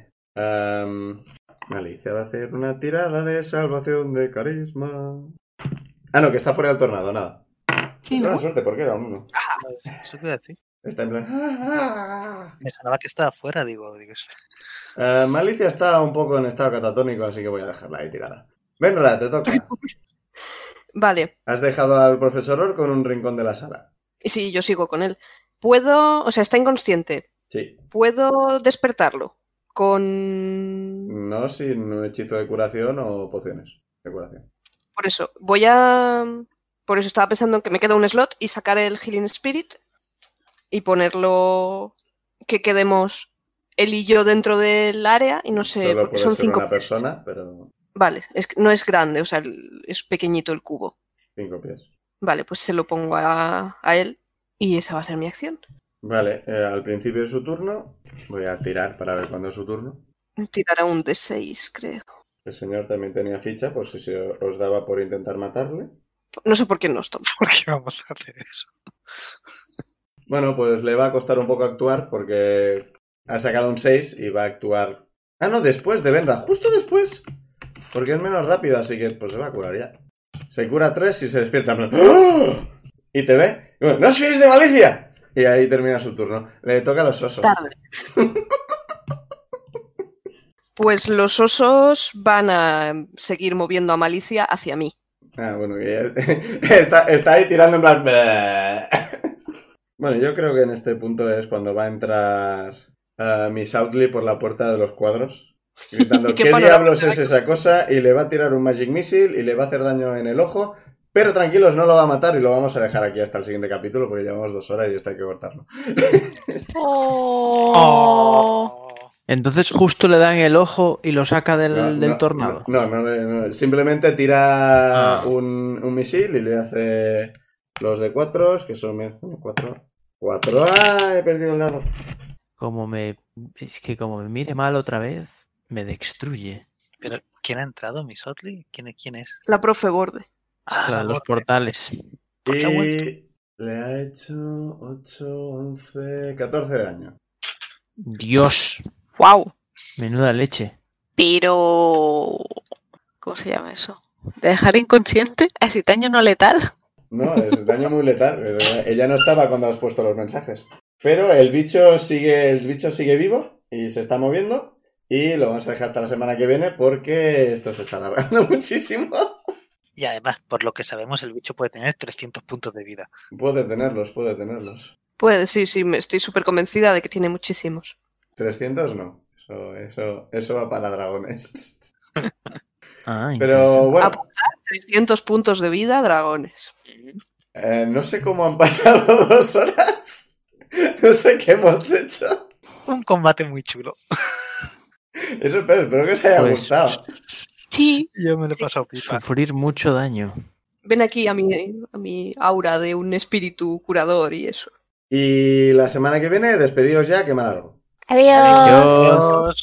este, Am, Malicia va a hacer una tirada de salvación de carisma. Ah, no, que está fuera del tornado, nada.
Sí,
es una
¿no?
suerte porque era un uno.
ah, Eso te iba a decir.
Está en plan. "Ah, ah,
Me sonaba que estaba fuera, digo, digo, (laughs) es-
ah". Eh, Malicia está un poco en estado catatónico, así que voy a dejarla ahí tirada. Venra, te toca.
Vale,
Has dejado al profesor Orc con un rincón de la sala.
y sí, yo sigo con él. Puedo, o sea, está inconsciente.
Sí.
Puedo despertarlo con...
No sin un hechizo de curación o pociones de curación.
Por eso, voy a... Por eso estaba pensando en que me queda un slot y sacar el Healing Spirit y ponerlo que quedemos él y yo dentro del área y no sé,
Solo
porque
puede
son
ser
cinco.
una
pies.
persona, pero
Vale, es que no es grande, o sea, el- es pequeñito el cubo.
cinco pies.
Vale, pues se lo pongo a, a él y esa va a ser mi acción.
Vale, eh, al principio de su turno, voy a tirar para ver cuándo es su turno.
Tirará un D6, creo.
El señor también tenía ficha, por si se os daba por intentar matarle.
No sé por qué nos toma.
¿Por qué vamos a hacer eso?
Bueno, pues le va a costar un poco actuar porque ha sacado un 6 y va a actuar. Ah, no, después de Benra, justo después. Porque es menos rápido, así que pues se va a curar ya. Se cura 3 y se despierta. en plan, ¡Ah! Y te ve. Y bueno, ¡No os fiéis de Malicia! Y ahí termina su turno. Le toca a los osos.
Tarde. (laughs) Pues los osos van a seguir moviendo a Malicia hacia mí.
Ah, bueno, que ya- (laughs) está, está ahí tirando en plan. "Bleh". (laughs) Bueno, yo creo que en este punto es cuando va a entrar ah, Miss Outley por la puerta de los cuadros, gritando:
Qué
¿Qué,
panorama
diablos es
dramático".
esa cosa? Y le va a tirar un Magic Missile y le va a hacer daño en el ojo. Pero tranquilos, no lo va a matar y lo vamos a dejar aquí hasta el siguiente capítulo porque llevamos dos horas y esto hay que cortarlo.
Oh.
Oh. Entonces justo le dan el ojo y lo saca del,
No,
del
no,
tornado.
No, no, no, no, simplemente tira
Ah.
un, un misil y le hace los de cuatro, que son menos uno, cuatro. Cuatro. ¡Ah! He perdido el lado.
Como me. Es que como me mire mal otra vez, me destruye.
Pero, ¿quién ha entrado, Miss Otley? ¿Quién, ¿Quién es?
La profe borde.
Ah,
La de los
Borde.
portales.
¿Por qué ha vuelto?
Y le ha hecho 8, 11, 14 de daño.
Dios,
¡Wow!
menuda leche.
Pero. ¿Cómo se llama eso? ¿De dejar inconsciente? ¿Así daño no letal?
No, es daño muy letal. pero Ella no estaba cuando has puesto los mensajes. Pero el bicho sigue, el bicho sigue vivo y se está moviendo. Y lo vamos a dejar hasta la semana que viene porque esto se está alargando (laughs) muchísimo.
Y además, por lo que sabemos, el bicho puede tener 300 puntos de vida.
Puede tenerlos, puede tenerlos.
Pues sí, sí, me estoy súper convencida de que tiene muchísimos.
300 no. Eso, eso, eso va para dragones.
Ah,
Pero
interesante.
bueno,
Apuntar 300 puntos de vida, dragones.
eh, no sé cómo han (laughs) pasado dos horas. No sé qué hemos hecho.
Un combate muy chulo.
Eso espero, espero que os haya
Pues,
gustado.
Sí.
Yo me lo he
Sí.
pasado pipa.
Sufrir mucho daño.
Ven aquí a mi, a mi aura de un espíritu curador y eso.
Y la semana que viene, despedidos ya, que mal algo.
Adiós.
Dios.